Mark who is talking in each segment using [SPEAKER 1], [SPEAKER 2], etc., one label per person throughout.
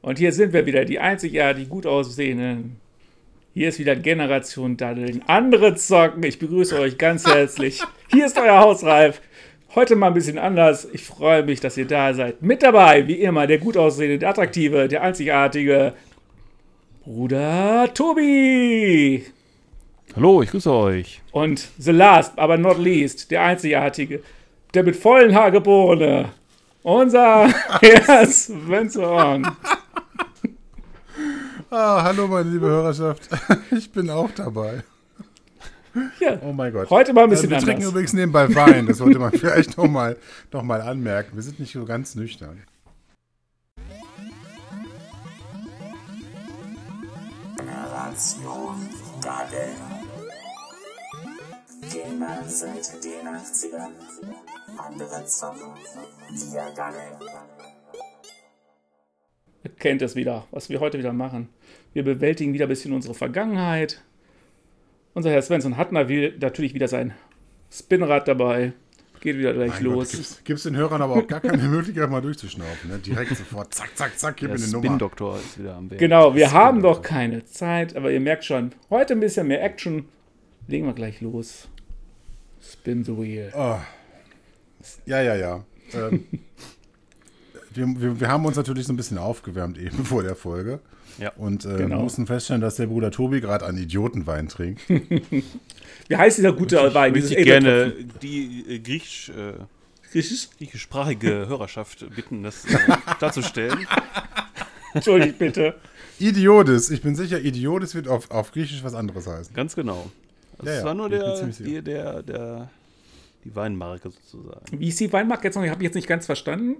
[SPEAKER 1] Und hier sind wir wieder, die einzigartig gut aussehenden. Hier ist wieder Generation Daddeln. Andere zocken. Ich begrüße euch ganz herzlich. Hier ist euer Hausreif. Heute mal ein bisschen anders. Ich freue mich, dass ihr da seid. Mit dabei, wie immer, der gut aussehende, der attraktive, der einzigartige Bruder Tobi.
[SPEAKER 2] Hallo, ich grüße euch.
[SPEAKER 1] Und the last, aber not least, der einzigartige, der mit vollen Haargeborene, unser Herr Svensson.
[SPEAKER 3] Ah, hallo, meine liebe Hörerschaft. Ich bin auch dabei.
[SPEAKER 1] Ja,
[SPEAKER 3] Oh mein Gott.
[SPEAKER 1] heute mal ein
[SPEAKER 3] Also,
[SPEAKER 1] bisschen
[SPEAKER 3] wir trinken
[SPEAKER 1] anders.
[SPEAKER 3] übrigens nebenbei Wein. Das sollte man vielleicht nochmal noch mal anmerken. Wir sind nicht so ganz nüchtern.
[SPEAKER 4] Generation Daddeln. Gamer seit den 80ern. Andere zocken. Wir daddeln.
[SPEAKER 1] Ihr kennt das wieder, was wir heute wieder machen. Wir bewältigen wieder ein bisschen unsere Vergangenheit. Unser Herr Svensson hat mal wie- natürlich wieder sein Spinrad dabei. Geht wieder gleich
[SPEAKER 3] Mein Gott,
[SPEAKER 1] los.
[SPEAKER 3] gibt's- Gibt's den Hörern aber auch gar keine Möglichkeit, mal durchzuschnaufen. Ne? Direkt sofort, zack, zack, zack, gib
[SPEAKER 2] Der
[SPEAKER 3] mir eine Nummer.
[SPEAKER 2] Spin-Doktor ist wieder am Werk.
[SPEAKER 1] Genau, wir haben doch keine Zeit, aber ihr merkt schon, heute ein bisschen mehr Action. Legen wir gleich los. Spin the wheel.
[SPEAKER 3] Ja, ja, ja. Ähm, wir, wir, wir haben uns natürlich so ein bisschen aufgewärmt eben vor der Folge.
[SPEAKER 2] Ja.
[SPEAKER 3] Und äh,
[SPEAKER 1] Genau.
[SPEAKER 3] mussten feststellen, dass der Bruder Tobi gerade einen Idiotenwein trinkt.
[SPEAKER 1] Wie heißt dieser gute Wein?
[SPEAKER 2] Möchte
[SPEAKER 1] Dieses
[SPEAKER 2] ich gerne die äh, griechisch, äh,
[SPEAKER 1] Griechisch?
[SPEAKER 2] griechischsprachige Hörerschaft bitten, das äh, darzustellen.
[SPEAKER 1] Entschuldigt bitte.
[SPEAKER 3] Idiotis. Ich bin sicher, Idiotis wird auf, auf Griechisch was anderes heißen.
[SPEAKER 2] Ganz genau. Also
[SPEAKER 3] Ja,
[SPEAKER 2] es
[SPEAKER 3] ja,
[SPEAKER 2] war nur
[SPEAKER 3] bin ich mir
[SPEAKER 2] der,
[SPEAKER 3] ziemlich sicher.
[SPEAKER 2] die, der, der, die Weinmarke sozusagen.
[SPEAKER 1] Wie ist die Weinmarke jetzt noch? Ich habe jetzt nicht ganz verstanden.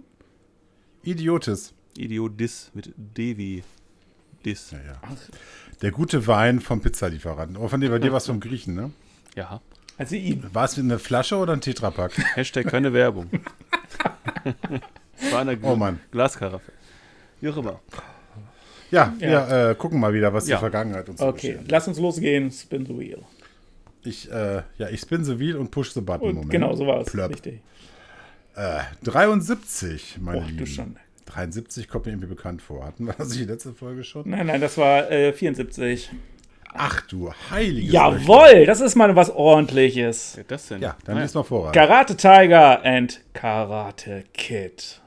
[SPEAKER 3] Idiotis.
[SPEAKER 2] Idiodis mit Devi. Dis.
[SPEAKER 3] Ja, ja. Der gute Wein vom Pizzalieferanten. Oh, von dir, bei dir was vom Griechen, ne?
[SPEAKER 2] Ja.
[SPEAKER 1] Also, i-
[SPEAKER 3] War es eine Flasche oder ein Tetrapack?
[SPEAKER 2] Hashtag keine Werbung. Es war eine
[SPEAKER 3] Oh Mann.
[SPEAKER 2] Glaskaraffe. Wie auch immer.
[SPEAKER 3] Ja,
[SPEAKER 1] Ja.
[SPEAKER 3] wir äh, gucken mal wieder, was
[SPEAKER 2] Ja.
[SPEAKER 3] die Vergangenheit uns so
[SPEAKER 1] okay,
[SPEAKER 3] beschert.
[SPEAKER 1] lass uns losgehen. Spin the wheel.
[SPEAKER 3] Ich, äh, ja, ich spin the wheel und push the button.
[SPEAKER 1] Und
[SPEAKER 3] Moment.
[SPEAKER 1] genau, so war es.
[SPEAKER 3] Plöpp.
[SPEAKER 1] Richtig.
[SPEAKER 3] 73, meine
[SPEAKER 1] Boah, du
[SPEAKER 3] Lieben.
[SPEAKER 1] Schande.
[SPEAKER 3] 73 kommt mir irgendwie bekannt vor. Hatten wir das die letzte Folge schon?
[SPEAKER 1] Nein, nein, das war äh, 74.
[SPEAKER 3] Ach du heiliges
[SPEAKER 1] Jawoll, das ist mal was ordentliches.
[SPEAKER 2] Wer hat das denn?
[SPEAKER 3] Ja, dann
[SPEAKER 2] Ah,
[SPEAKER 3] lies mal vor.
[SPEAKER 1] Karate Tiger and Karate Kid.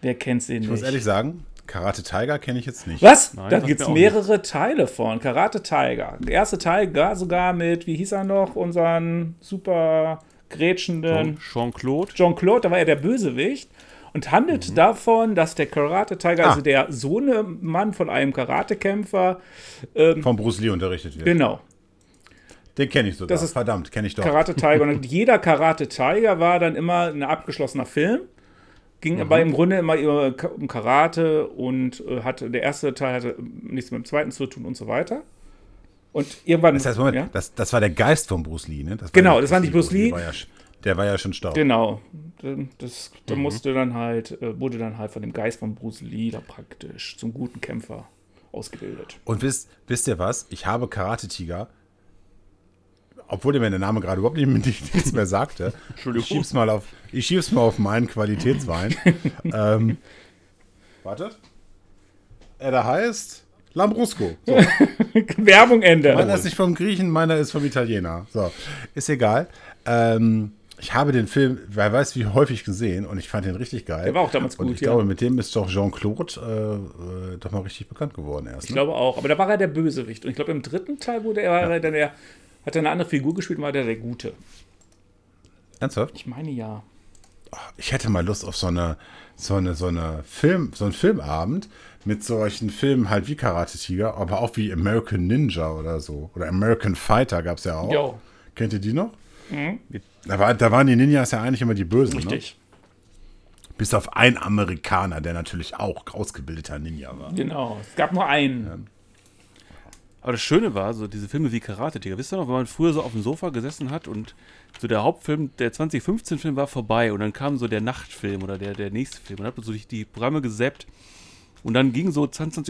[SPEAKER 1] Wer kennt sie nicht?
[SPEAKER 3] Ich muss ehrlich sagen, Karate Tiger kenne ich jetzt nicht.
[SPEAKER 1] Was?
[SPEAKER 2] Nein,
[SPEAKER 1] da
[SPEAKER 2] sagt
[SPEAKER 1] gibt es
[SPEAKER 2] mir auch
[SPEAKER 1] mehrere Teile von. Karate Tiger. Der erste Teil gar sogar mit, wie hieß er noch, unseren super grätschenden
[SPEAKER 2] Jean-Claude.
[SPEAKER 1] Jean-Claude, da war er der Bösewicht. Und
[SPEAKER 3] Mhm.
[SPEAKER 1] handelt davon, dass der Karate Tiger,
[SPEAKER 3] Ah.
[SPEAKER 1] also der Sohnemann von einem Karatekämpfer,
[SPEAKER 3] Von Bruce Lee unterrichtet wird.
[SPEAKER 1] genau,
[SPEAKER 3] Den kenne ich sogar.
[SPEAKER 1] Das ist
[SPEAKER 3] Verdammt, kenne ich doch.
[SPEAKER 1] Karate Tiger. Und jeder Karate Tiger war dann immer ein abgeschlossener Film. Ging
[SPEAKER 3] Mhm.
[SPEAKER 1] aber im Grunde immer über Ka- um Karate und äh, hatte der erste Teil hatte nichts mit dem zweiten zu tun und so weiter. Und irgendwann.
[SPEAKER 3] Das heißt, Moment,
[SPEAKER 1] ja?
[SPEAKER 3] das, das war der Geist von Bruce Lee, ne? war
[SPEAKER 1] Genau,
[SPEAKER 3] der
[SPEAKER 1] das war nicht Bruce Lee.
[SPEAKER 3] Der war ja, sch- der war ja schon staub.
[SPEAKER 1] Genau. Das, da
[SPEAKER 3] Mhm.
[SPEAKER 1] musste dann halt, äh, wurde dann halt von dem Geist von Bruce Lee da praktisch zum guten Kämpfer ausgebildet.
[SPEAKER 3] Und wisst, wisst ihr was? Ich habe Karate Tiger, obwohl mir der Name gerade überhaupt nicht, nicht, nichts mehr sagte.
[SPEAKER 2] Entschuldigung.
[SPEAKER 3] Ich schieb's mal auf, ich schieb's mal auf meinen Qualitätswein. ähm, wartet. Er da heißt Lambrusco. So,
[SPEAKER 1] Werbung Ende.
[SPEAKER 3] meiner ist nicht vom Griechen, meiner ist vom Italiener. So, ist egal. Ähm, ich habe den Film, wer weiß wie häufig gesehen und ich fand den richtig geil.
[SPEAKER 1] Der war auch damals
[SPEAKER 3] und
[SPEAKER 1] gut,
[SPEAKER 3] ich
[SPEAKER 1] ja.
[SPEAKER 3] glaube, mit dem ist doch Jean-Claude äh, äh, doch mal richtig bekannt geworden erst.
[SPEAKER 1] Ich
[SPEAKER 3] Ne?
[SPEAKER 1] glaube auch. Aber da war er der Bösewicht. Und ich glaube, im dritten Teil wurde er, war er dann der, hat er eine andere Figur gespielt und war der der Gute.
[SPEAKER 3] Ernsthaft?
[SPEAKER 1] Ich meine ja.
[SPEAKER 3] ich hätte mal Lust auf so eine, so eine, so eine Film, so einen Filmabend mit solchen Filmen halt wie Karate Tiger, aber auch wie American Ninja oder so. Oder American Fighter gab es ja auch.
[SPEAKER 1] Jo. Mhm.
[SPEAKER 3] Kennt ihr die noch? Da, war, da waren die Ninjas ja eigentlich immer die Bösen.
[SPEAKER 1] Richtig.
[SPEAKER 3] Ne? Bis auf einen Amerikaner, der natürlich auch ausgebildeter Ninja war.
[SPEAKER 1] Genau. Es gab nur einen.
[SPEAKER 2] Aber das Schöne war, so diese Filme wie Karate Tiger, wisst ihr noch, wenn man früher so auf dem Sofa gesessen hat und so der Hauptfilm, der 2015-Film war vorbei und dann kam so der Nachtfilm oder der, der nächste Film und dann hat man so durch die Programme gesäppt und dann ging so 20.15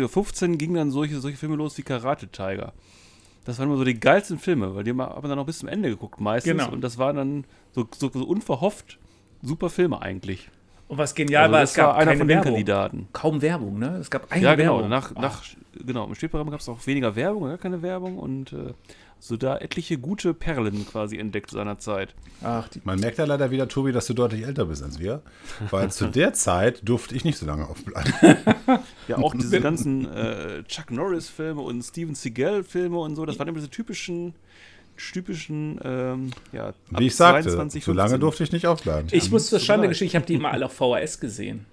[SPEAKER 2] Uhr gingen dann solche, solche Filme los wie Karate Tiger. Das waren immer so die geilsten Filme, weil die haben aber dann auch bis zum Ende geguckt meistens
[SPEAKER 1] Genau.
[SPEAKER 2] und das waren dann so, so, so unverhofft super Filme eigentlich. Also
[SPEAKER 1] Und was genial war, es
[SPEAKER 2] das war
[SPEAKER 1] gab
[SPEAKER 2] einer
[SPEAKER 1] keine
[SPEAKER 2] von den
[SPEAKER 1] Werbung.
[SPEAKER 2] Kandidaten.
[SPEAKER 1] Kaum Werbung, ne? Es gab eine
[SPEAKER 2] Ja, genau.
[SPEAKER 1] Werbung.
[SPEAKER 2] Nach,
[SPEAKER 3] Ah.
[SPEAKER 2] nach, genau. Im Spielprogramm gab es auch weniger Werbung, gar keine Werbung und äh, so da etliche gute Perlen quasi entdeckt seinerzeit.
[SPEAKER 1] Ach, die,
[SPEAKER 3] Man merkt ja leider wieder, Tobi, dass du deutlich älter bist als wir, weil zu der Zeit durfte ich nicht so lange aufbleiben.
[SPEAKER 2] Ja, auch diese ganzen äh, Chuck Norris-Filme und Steven Seagal-Filme und so, das waren immer diese typischen, typischen, ähm, ja, ab
[SPEAKER 3] Wie ich sagte,
[SPEAKER 2] 22,
[SPEAKER 3] so lange
[SPEAKER 2] 15.
[SPEAKER 3] durfte ich nicht aufbleiben.
[SPEAKER 1] ich muss zur Schande
[SPEAKER 2] leid.
[SPEAKER 1] gestehen, ich habe die immer alle auf VHS gesehen.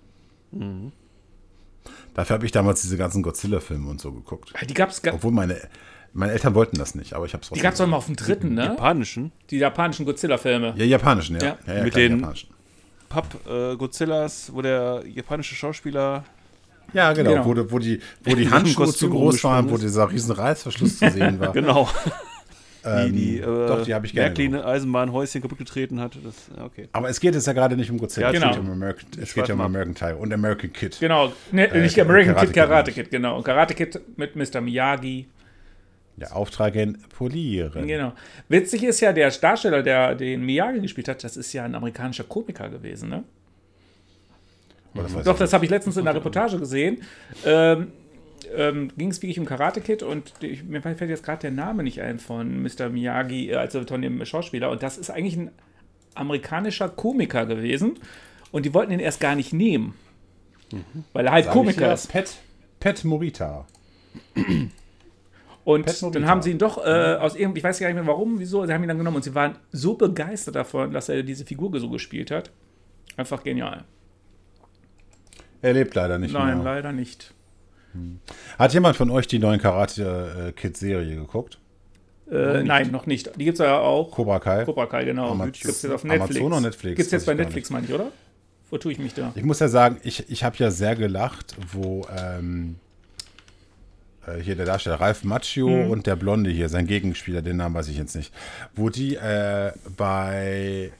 [SPEAKER 3] Dafür habe ich damals diese ganzen Godzilla-Filme und so geguckt.
[SPEAKER 1] Die gab es die
[SPEAKER 3] Obwohl meine, meine Eltern wollten das nicht, aber ich habe es
[SPEAKER 1] gab's auch mal auf dem dritten, ne?
[SPEAKER 2] Japanischen
[SPEAKER 1] Die japanischen Godzilla-Filme.
[SPEAKER 3] Ja, japanischen, ja.
[SPEAKER 1] Ja,
[SPEAKER 3] ja,
[SPEAKER 2] mit
[SPEAKER 3] klar,
[SPEAKER 2] den-
[SPEAKER 3] japanischen.
[SPEAKER 2] Papp-Godzillas, äh, wo der japanische Schauspieler
[SPEAKER 3] Ja, genau,
[SPEAKER 1] Genau.
[SPEAKER 3] Wo, die- wo die, wo die
[SPEAKER 2] Im
[SPEAKER 3] Handschuhe zu
[SPEAKER 2] Kostüm
[SPEAKER 3] groß waren, wo
[SPEAKER 2] rumgesprungen
[SPEAKER 3] dieser riesen Reißverschluss zu sehen war.
[SPEAKER 2] Genau.
[SPEAKER 3] Ähm,
[SPEAKER 2] die die, äh,
[SPEAKER 3] doch, die habe ich gerne. geguckt.
[SPEAKER 2] Märklin Eisenbahnhäuschen kaputtgetreten hat. Das, ja, okay.
[SPEAKER 3] Aber es geht jetzt ja gerade nicht um Godzilla,
[SPEAKER 2] Ja,
[SPEAKER 3] es
[SPEAKER 1] genau.
[SPEAKER 3] geht ja um American, es geht
[SPEAKER 2] schweife
[SPEAKER 3] ja um
[SPEAKER 2] ab.
[SPEAKER 3] American Tiger und American Kid.
[SPEAKER 1] Genau, ne,
[SPEAKER 3] Äh,
[SPEAKER 1] nicht American
[SPEAKER 3] Karate
[SPEAKER 1] Kid,
[SPEAKER 3] Kid,
[SPEAKER 1] Karate
[SPEAKER 3] meine
[SPEAKER 1] Kid, genau. Karate Kid mit Mr. Miyagi.
[SPEAKER 3] Der Auftrag in Polieren.
[SPEAKER 1] Genau. Witzig ist ja, der Darsteller, der den Miyagi gespielt hat, das ist ja ein amerikanischer Komiker gewesen, ne?
[SPEAKER 3] Oder was weiß
[SPEAKER 1] Doch,
[SPEAKER 3] ich.
[SPEAKER 1] das habe ich letztens in der Reportage gesehen. Ähm, ähm, Ging es wirklich um Karate Kid und ich, mir fällt jetzt gerade der Name nicht ein von Mr. Miyagi, äh, also von dem Schauspieler. Und das ist eigentlich ein amerikanischer Komiker gewesen. Und die wollten ihn erst gar nicht nehmen. Weil er halt
[SPEAKER 3] Mhm. Sag ich
[SPEAKER 1] Komiker
[SPEAKER 3] ja,
[SPEAKER 1] ist.
[SPEAKER 3] Pat, Pat Morita. Pet Mhm.
[SPEAKER 1] Und
[SPEAKER 3] Morita.
[SPEAKER 1] dann haben sie ihn doch äh, aus irgendwie, ich weiß gar nicht mehr warum, wieso, sie haben ihn dann genommen und sie waren so begeistert davon, dass er diese Figur so gespielt hat. Einfach genial.
[SPEAKER 3] Er lebt leider nicht
[SPEAKER 1] Nein,
[SPEAKER 3] mehr.
[SPEAKER 1] leider nicht.
[SPEAKER 3] Hat jemand von euch die neuen Karate äh, Kid Serie geguckt?
[SPEAKER 1] Äh, nein, noch nicht. Die gibt es ja auch.
[SPEAKER 3] Cobra Kai?
[SPEAKER 1] Cobra Kai, genau.
[SPEAKER 3] Amaz-
[SPEAKER 1] Gibt's jetzt auf
[SPEAKER 3] Amazon
[SPEAKER 1] Netflix.
[SPEAKER 3] oder Netflix?
[SPEAKER 1] Gibt's
[SPEAKER 3] Weiß
[SPEAKER 1] jetzt bei
[SPEAKER 3] ich gar
[SPEAKER 1] Netflix, meine ich, oder? Wo tue ich mich da?
[SPEAKER 3] Ich muss ja sagen, ich, ich habe ja sehr gelacht, wo ähm, äh, hier der Darsteller Ralf Macchio und der Blonde hier, sein Gegenspieler, den Namen weiß ich jetzt nicht, wo die äh, bei,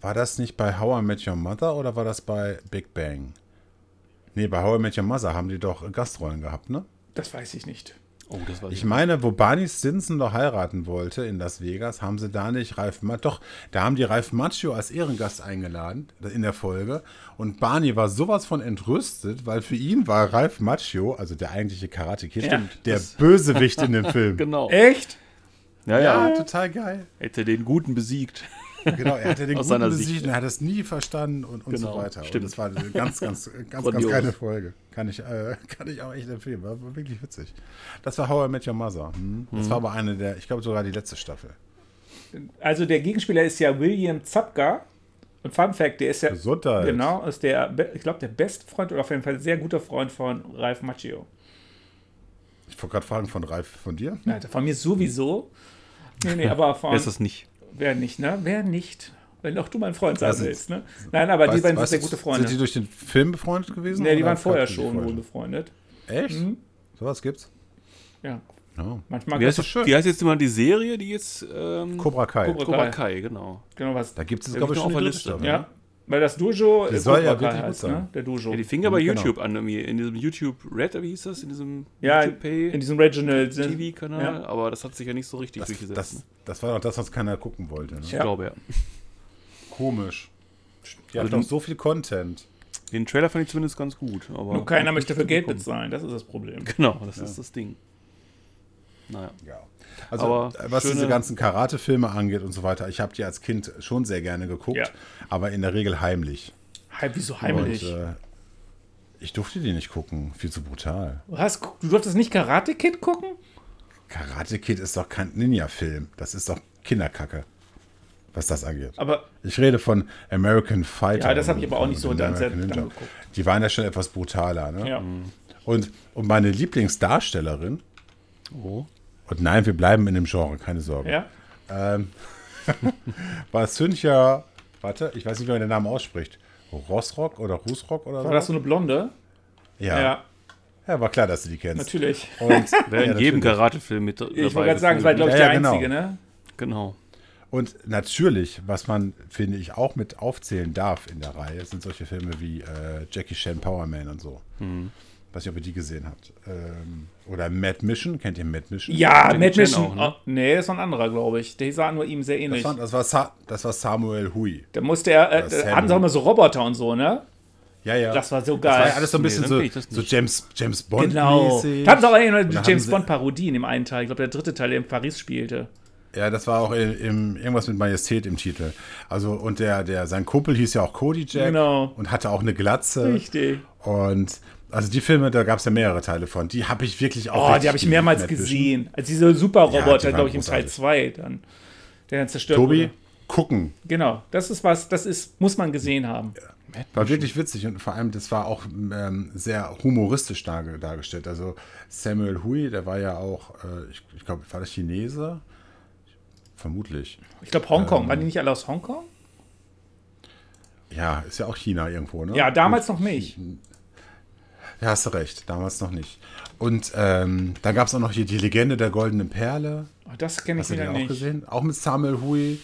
[SPEAKER 3] war das nicht bei How I Met Your Mother oder war das bei Big Bang? Nee, bei How I Met Your Mother haben die doch Gastrollen gehabt, ne?
[SPEAKER 1] Das weiß ich nicht.
[SPEAKER 2] Oh, das war
[SPEAKER 3] Ich meine, wo Barney Stinson doch heiraten wollte in Las Vegas, haben sie da nicht Ralf Ma doch, da haben die Ralf Macchio als Ehrengast eingeladen in der Folge und Barney war sowas von entrüstet, weil für ihn war Ralf Macchio, also der eigentliche Karate Kid,
[SPEAKER 1] Ja. Stimmt,
[SPEAKER 3] der Bösewicht in dem Film.
[SPEAKER 2] Genau.
[SPEAKER 1] Echt?
[SPEAKER 2] Ja,
[SPEAKER 3] Ja,
[SPEAKER 2] ja.
[SPEAKER 3] total geil.
[SPEAKER 2] Hätte den Guten besiegt.
[SPEAKER 3] Genau, er hatte den
[SPEAKER 2] Aus
[SPEAKER 3] guten
[SPEAKER 2] seiner Sicht.
[SPEAKER 3] Besicht und er hat es nie verstanden und, und
[SPEAKER 2] Genau,
[SPEAKER 3] so weiter.
[SPEAKER 2] stimmt.
[SPEAKER 3] Und das war eine ganz, ganz, ganz, ganz
[SPEAKER 2] Grandios.
[SPEAKER 3] geile Folge. Kann ich, äh, kann ich auch echt empfehlen. War, war wirklich witzig. Das war How I Met Your Mother. Hm? Das war aber eine der, ich glaube sogar die letzte Staffel.
[SPEAKER 1] Also der Gegenspieler ist ja William Zapka. Und Fun Fact, der ist ja.
[SPEAKER 3] Gesundheit.
[SPEAKER 1] Genau, ist der, be- ich glaube, der beste Freund oder auf jeden Fall sehr guter Freund von Ralf Macchio.
[SPEAKER 3] Ich wollte gerade fragen von Ralf, von dir?
[SPEAKER 1] Nein, also von mir sowieso. Nee, nee, aber von.
[SPEAKER 2] Wer ist das nicht?
[SPEAKER 1] Wer nicht, ne? Wer nicht? Wenn auch du mein Freund sein
[SPEAKER 3] Also,
[SPEAKER 1] willst, ne? Nein, aber die beiden
[SPEAKER 3] Weißt-
[SPEAKER 1] sind
[SPEAKER 3] weißt
[SPEAKER 1] sehr
[SPEAKER 3] du,
[SPEAKER 1] gute Freunde.
[SPEAKER 3] Sind die durch den Film befreundet gewesen?
[SPEAKER 1] nee, die
[SPEAKER 3] oder
[SPEAKER 1] waren vorher
[SPEAKER 3] kannten die
[SPEAKER 1] schon Mhm. wohl
[SPEAKER 3] vorher
[SPEAKER 1] befreundet.
[SPEAKER 3] Echt? Sowas gibt's?
[SPEAKER 1] Ja.
[SPEAKER 3] Ja.
[SPEAKER 1] Manchmal
[SPEAKER 2] Wie heißt,
[SPEAKER 3] doch
[SPEAKER 2] jetzt,
[SPEAKER 3] schön.
[SPEAKER 2] wie heißt jetzt immer die Serie, die jetzt. Ähm,
[SPEAKER 3] Cobra Kai.
[SPEAKER 1] Cobra-
[SPEAKER 2] Cobra Kai, genau.
[SPEAKER 1] genau was.
[SPEAKER 3] Da gibt es,
[SPEAKER 2] Ja,
[SPEAKER 3] glaube ich,
[SPEAKER 2] hab
[SPEAKER 3] schon
[SPEAKER 2] ich
[SPEAKER 3] eine
[SPEAKER 2] noch
[SPEAKER 3] Liste.
[SPEAKER 2] auf der
[SPEAKER 1] Ja, weil das Dojo
[SPEAKER 3] Der
[SPEAKER 1] äh,
[SPEAKER 3] soll
[SPEAKER 1] Cobra
[SPEAKER 3] ja
[SPEAKER 1] Kai
[SPEAKER 3] wirklich gut
[SPEAKER 1] heißt,
[SPEAKER 3] sein.
[SPEAKER 1] ne? Der Dojo.
[SPEAKER 2] Ja, die fing ja bei
[SPEAKER 3] Genau.
[SPEAKER 2] YouTube an, irgendwie. In diesem YouTube Red, oder wie hieß das? In diesem
[SPEAKER 1] Ja,
[SPEAKER 2] YouTube Pay
[SPEAKER 1] in diesem Regional
[SPEAKER 2] TV-Kanal.
[SPEAKER 1] Ja.
[SPEAKER 2] Aber das hat sich ja nicht so richtig
[SPEAKER 3] Das,
[SPEAKER 2] durchgesetzt. ne?
[SPEAKER 3] das, das war doch das, was keiner gucken wollte. Ne?
[SPEAKER 2] ich
[SPEAKER 1] ja.
[SPEAKER 2] glaube, ja.
[SPEAKER 3] Komisch. Die
[SPEAKER 2] Also
[SPEAKER 3] hat
[SPEAKER 2] du-
[SPEAKER 3] doch so viel Content.
[SPEAKER 2] Den Trailer fand ich zumindest ganz gut. Aber
[SPEAKER 1] Nur keiner möchte dafür Geld
[SPEAKER 2] bekommen.
[SPEAKER 1] bezahlen, das ist das Problem.
[SPEAKER 2] Genau, das ist das Ding. Naja.
[SPEAKER 3] Ja. Also,
[SPEAKER 2] Aber
[SPEAKER 3] äh, was diese
[SPEAKER 2] schöne-
[SPEAKER 3] ganzen Karate-Filme angeht und so weiter, ich habe die als Kind schon sehr gerne geguckt,
[SPEAKER 1] Ja.
[SPEAKER 3] aber in der Regel heimlich.
[SPEAKER 1] Halb wie so heimlich.
[SPEAKER 3] Und, äh, ich durfte die nicht gucken. Viel zu brutal.
[SPEAKER 1] Was? Du durftest nicht Karate Kid gucken?
[SPEAKER 3] Karate Kid ist doch kein Ninja-Film. Das ist doch Kinderkacke, was das angeht.
[SPEAKER 1] Aber
[SPEAKER 3] Ich rede von American Fighter.
[SPEAKER 1] Ja, das hab
[SPEAKER 3] und-
[SPEAKER 1] ich aber auch nicht so
[SPEAKER 3] und
[SPEAKER 1] dann-
[SPEAKER 3] American
[SPEAKER 1] dann
[SPEAKER 3] Ninja.
[SPEAKER 1] geguckt.
[SPEAKER 3] Die waren ja schon etwas brutaler. Ne?
[SPEAKER 1] ja.
[SPEAKER 3] Und, und meine Lieblingsdarstellerin,
[SPEAKER 2] Oh.
[SPEAKER 3] und nein, wir bleiben in dem Genre, keine Sorge,
[SPEAKER 1] ja.
[SPEAKER 3] ähm, war Cynthia, warte, ich weiß nicht, wie man den Namen ausspricht. Rossrock oder Rusrock oder
[SPEAKER 1] War das so eine Blonde?
[SPEAKER 3] ja.
[SPEAKER 1] Ja,
[SPEAKER 3] ja. war klar, dass du die kennst.
[SPEAKER 1] natürlich.
[SPEAKER 3] Und,
[SPEAKER 2] Wäre in jedem
[SPEAKER 3] natürlich.
[SPEAKER 2] Karate-Film mit dabei. ne?
[SPEAKER 1] Ich wollte gerade sagen, es war, glaube ich,
[SPEAKER 3] Ja,
[SPEAKER 1] der
[SPEAKER 3] ja, genau.
[SPEAKER 1] einzige, ne?
[SPEAKER 2] Genau.
[SPEAKER 3] Und natürlich, was man, finde ich, auch mit aufzählen darf in der Reihe, sind solche Filme wie äh, Jackie Chan Power Man und so.
[SPEAKER 1] Mhm.
[SPEAKER 3] Weiß nicht, ob ihr die gesehen habt. Ähm, oder Mad Mission, kennt ihr Mad Mission?
[SPEAKER 1] Ja,
[SPEAKER 2] Jackie
[SPEAKER 1] Mad
[SPEAKER 2] Chan
[SPEAKER 1] Mission.
[SPEAKER 2] auch, ne?
[SPEAKER 1] oh, nee, das war ein anderer, glaube ich. Der sah nur ihm sehr
[SPEAKER 3] Das
[SPEAKER 1] ähnlich.
[SPEAKER 3] war, das war, Sa das war Samuel Hui.
[SPEAKER 1] Da musste er, äh,
[SPEAKER 3] Oder
[SPEAKER 1] da hatten sie auch
[SPEAKER 3] Sam.
[SPEAKER 1] immer so Roboter und so, ne?
[SPEAKER 3] Ja, ja.
[SPEAKER 1] Das war so
[SPEAKER 3] Das
[SPEAKER 1] geil.
[SPEAKER 3] war ja alles so ein
[SPEAKER 2] Nee,
[SPEAKER 3] bisschen
[SPEAKER 2] dann
[SPEAKER 3] so,
[SPEAKER 2] kenn ich das
[SPEAKER 3] so
[SPEAKER 2] nicht.
[SPEAKER 3] James, James Bond.
[SPEAKER 1] Genau.
[SPEAKER 3] mäßig.
[SPEAKER 1] Da hatten sie auch eine
[SPEAKER 3] Und da haben
[SPEAKER 1] James
[SPEAKER 3] sie-
[SPEAKER 1] Bond-Parodie in dem einen Teil. Ich glaube, der dritte Teil, der in Paris spielte.
[SPEAKER 3] Ja, das war auch im, im, irgendwas mit Majestät im Titel. Also, und der, der, sein Kumpel hieß ja auch Cody Jack.
[SPEAKER 1] Genau.
[SPEAKER 3] Und hatte auch eine Glatze.
[SPEAKER 1] Richtig.
[SPEAKER 3] Und, also die Filme, da gab es ja mehrere Teile von. Die habe ich wirklich auch.
[SPEAKER 1] Oh,
[SPEAKER 3] richtig
[SPEAKER 1] die habe ich
[SPEAKER 3] geliebt,
[SPEAKER 1] mehrmals
[SPEAKER 3] Matt Vision.
[SPEAKER 1] gesehen. Als diese Superroboter,
[SPEAKER 3] Ja, die waren
[SPEAKER 1] glaube ich, im Teil
[SPEAKER 3] großartig.
[SPEAKER 1] 2 dann. Der dann zerstört
[SPEAKER 3] Tobi,
[SPEAKER 1] wurde.
[SPEAKER 3] gucken.
[SPEAKER 1] Genau. Das ist was, das ist, muss man gesehen haben.
[SPEAKER 3] War wirklich witzig und vor allem, das war auch ähm, sehr humoristisch dar dargestellt. Also Samuel Hui, der war ja auch, äh, ich, ich glaube, war das Chinese? Vermutlich.
[SPEAKER 1] Ich glaube, Hongkong.
[SPEAKER 3] Ähm,
[SPEAKER 1] Waren die nicht alle aus Hongkong?
[SPEAKER 3] Ja, ist ja auch China irgendwo, ne?
[SPEAKER 1] Ja, damals noch nicht.
[SPEAKER 3] Hm. Ja, hast du recht, damals noch nicht. Und ähm, dann gab es auch noch hier die Legende der goldenen Perle.
[SPEAKER 1] Oh, das kenne ich
[SPEAKER 3] Hast du den
[SPEAKER 1] wieder
[SPEAKER 3] auch
[SPEAKER 1] nicht.
[SPEAKER 3] gesehen? Auch mit Samuel Hui.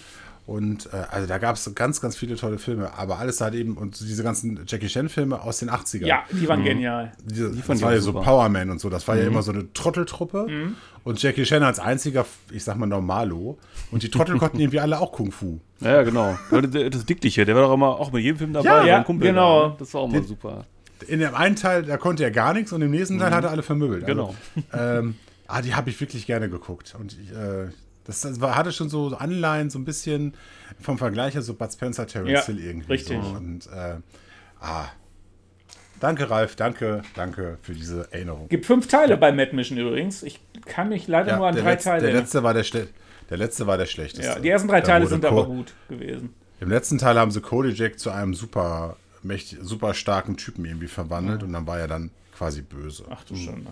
[SPEAKER 3] Und äh, also da gab es ganz, ganz viele tolle Filme, aber alles halt eben, und diese ganzen Jackie Chan-Filme aus den 80ern.
[SPEAKER 1] Ja, die
[SPEAKER 3] Hm.
[SPEAKER 1] waren genial.
[SPEAKER 3] Diese,
[SPEAKER 2] fand
[SPEAKER 3] das
[SPEAKER 2] ich
[SPEAKER 3] war
[SPEAKER 2] auch
[SPEAKER 3] ja so
[SPEAKER 2] super.
[SPEAKER 3] Power Man und so. Das war ja immer so eine Trotteltruppe. Und Jackie Chan als einziger, ich sag mal, Normalo. Und die Trottel konnten irgendwie alle auch Kung Fu.
[SPEAKER 2] Ja, ja, genau. Ja, Das das Dickliche, der war doch immer auch mit jedem Film dabei.
[SPEAKER 1] Ja,
[SPEAKER 2] mein Kumpel
[SPEAKER 1] genau.
[SPEAKER 2] Da, ne? Das war auch mal super.
[SPEAKER 3] In dem einen Teil, da konnte er gar nichts und im nächsten
[SPEAKER 1] Mhm.
[SPEAKER 3] Teil hat er alle vermöbelt.
[SPEAKER 2] Genau.
[SPEAKER 3] Also, ähm, ah, die habe ich wirklich gerne geguckt. Und ich, äh, das, das war, hatte schon so Anleihen, so ein bisschen vom Vergleich her, so Bud Spencer, Terence
[SPEAKER 1] Ja,
[SPEAKER 3] Hill irgendwie.
[SPEAKER 1] richtig.
[SPEAKER 3] So. Und äh, ah, danke, Ralf, danke, dange für diese Erinnerung.
[SPEAKER 1] Gibt fünf Teile bei Mad Mission übrigens. Ich kann mich leider nur an
[SPEAKER 3] der,
[SPEAKER 1] drei
[SPEAKER 3] letzte,
[SPEAKER 1] Teile
[SPEAKER 3] der
[SPEAKER 1] erinnern.
[SPEAKER 3] letzte war der schle- Der letzte war der schlechteste.
[SPEAKER 1] Ja, die ersten drei
[SPEAKER 3] Da
[SPEAKER 1] Teile
[SPEAKER 3] wurde
[SPEAKER 1] sind
[SPEAKER 3] Co-
[SPEAKER 1] aber gut gewesen.
[SPEAKER 3] Im letzten Teil haben sie Cody Jack zu einem super, mächtig, super starken Typen irgendwie verwandelt und dann war er dann quasi böse.
[SPEAKER 1] Ach du Schande.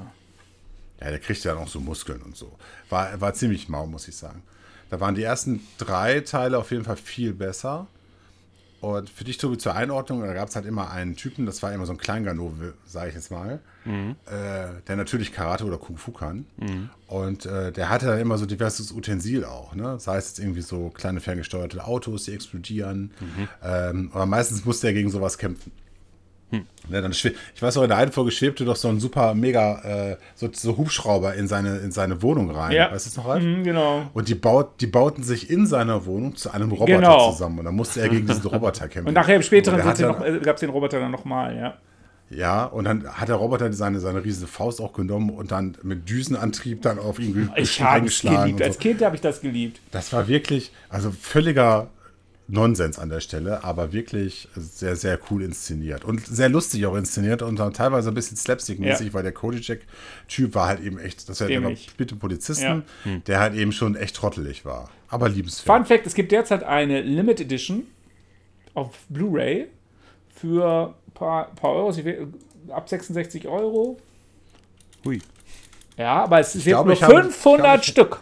[SPEAKER 3] Ja, der kriegt ja dann auch so Muskeln und so. War, war ziemlich mau, muss ich sagen. Da waren die ersten drei Teile auf jeden Fall viel besser. Und für dich, Tobi, zur Einordnung, da gab es halt immer einen Typen, das war immer so ein Kleinganove, sage ich jetzt mal, äh, der natürlich Karate oder Kung Fu kann. Und äh, der hatte dann immer so diverses Utensil auch, ne? Sei es jetzt irgendwie so kleine ferngesteuerte Autos, die explodieren. Ähm, aber meistens musste er gegen sowas kämpfen. Ne, dann schwe- ich weiß noch, in der einen Folge schwebte doch so ein super mega äh, so, so Hubschrauber in seine, in seine Wohnung rein.
[SPEAKER 1] Ja.
[SPEAKER 3] Weißt du das noch, Ralf?
[SPEAKER 1] Mhm, genau.
[SPEAKER 3] Und die, baut, die bauten sich in seiner Wohnung zu einem Roboter
[SPEAKER 1] Genau.
[SPEAKER 3] zusammen. Und dann musste er gegen diesen Roboter kämpfen.
[SPEAKER 1] Und nachher im späteren
[SPEAKER 3] Und er hat dann-
[SPEAKER 1] gab es den Roboter dann nochmal, ja.
[SPEAKER 3] Ja, und dann hat der Roboter seine, seine riesige Faust auch genommen und dann mit Düsenantrieb dann auf ihn ge-
[SPEAKER 1] Ich habe es
[SPEAKER 3] eingeschlagen
[SPEAKER 1] geliebt.
[SPEAKER 3] und
[SPEAKER 1] Als
[SPEAKER 3] so.
[SPEAKER 1] Kind habe ich das geliebt.
[SPEAKER 3] Das war wirklich, also völliger Nonsens an der Stelle, aber wirklich sehr, sehr cool inszeniert. Und sehr lustig auch inszeniert und dann teilweise ein bisschen slapstick-mäßig,
[SPEAKER 1] Ja.
[SPEAKER 3] weil der Kojak-Typ war halt eben echt, das war der
[SPEAKER 1] Dämlich.
[SPEAKER 3] spielte einen Polizisten, der halt eben schon echt trottelig war. Aber liebenswert.
[SPEAKER 1] Fun Fact: Es gibt derzeit eine Limit Edition auf Blu-ray für ein paar, paar Euro, ich we- ab 66 Euro.
[SPEAKER 2] Hui.
[SPEAKER 1] Ja, aber es sind
[SPEAKER 3] glaube,
[SPEAKER 1] nur
[SPEAKER 3] ich habe-
[SPEAKER 1] 500
[SPEAKER 3] ich
[SPEAKER 1] Stück.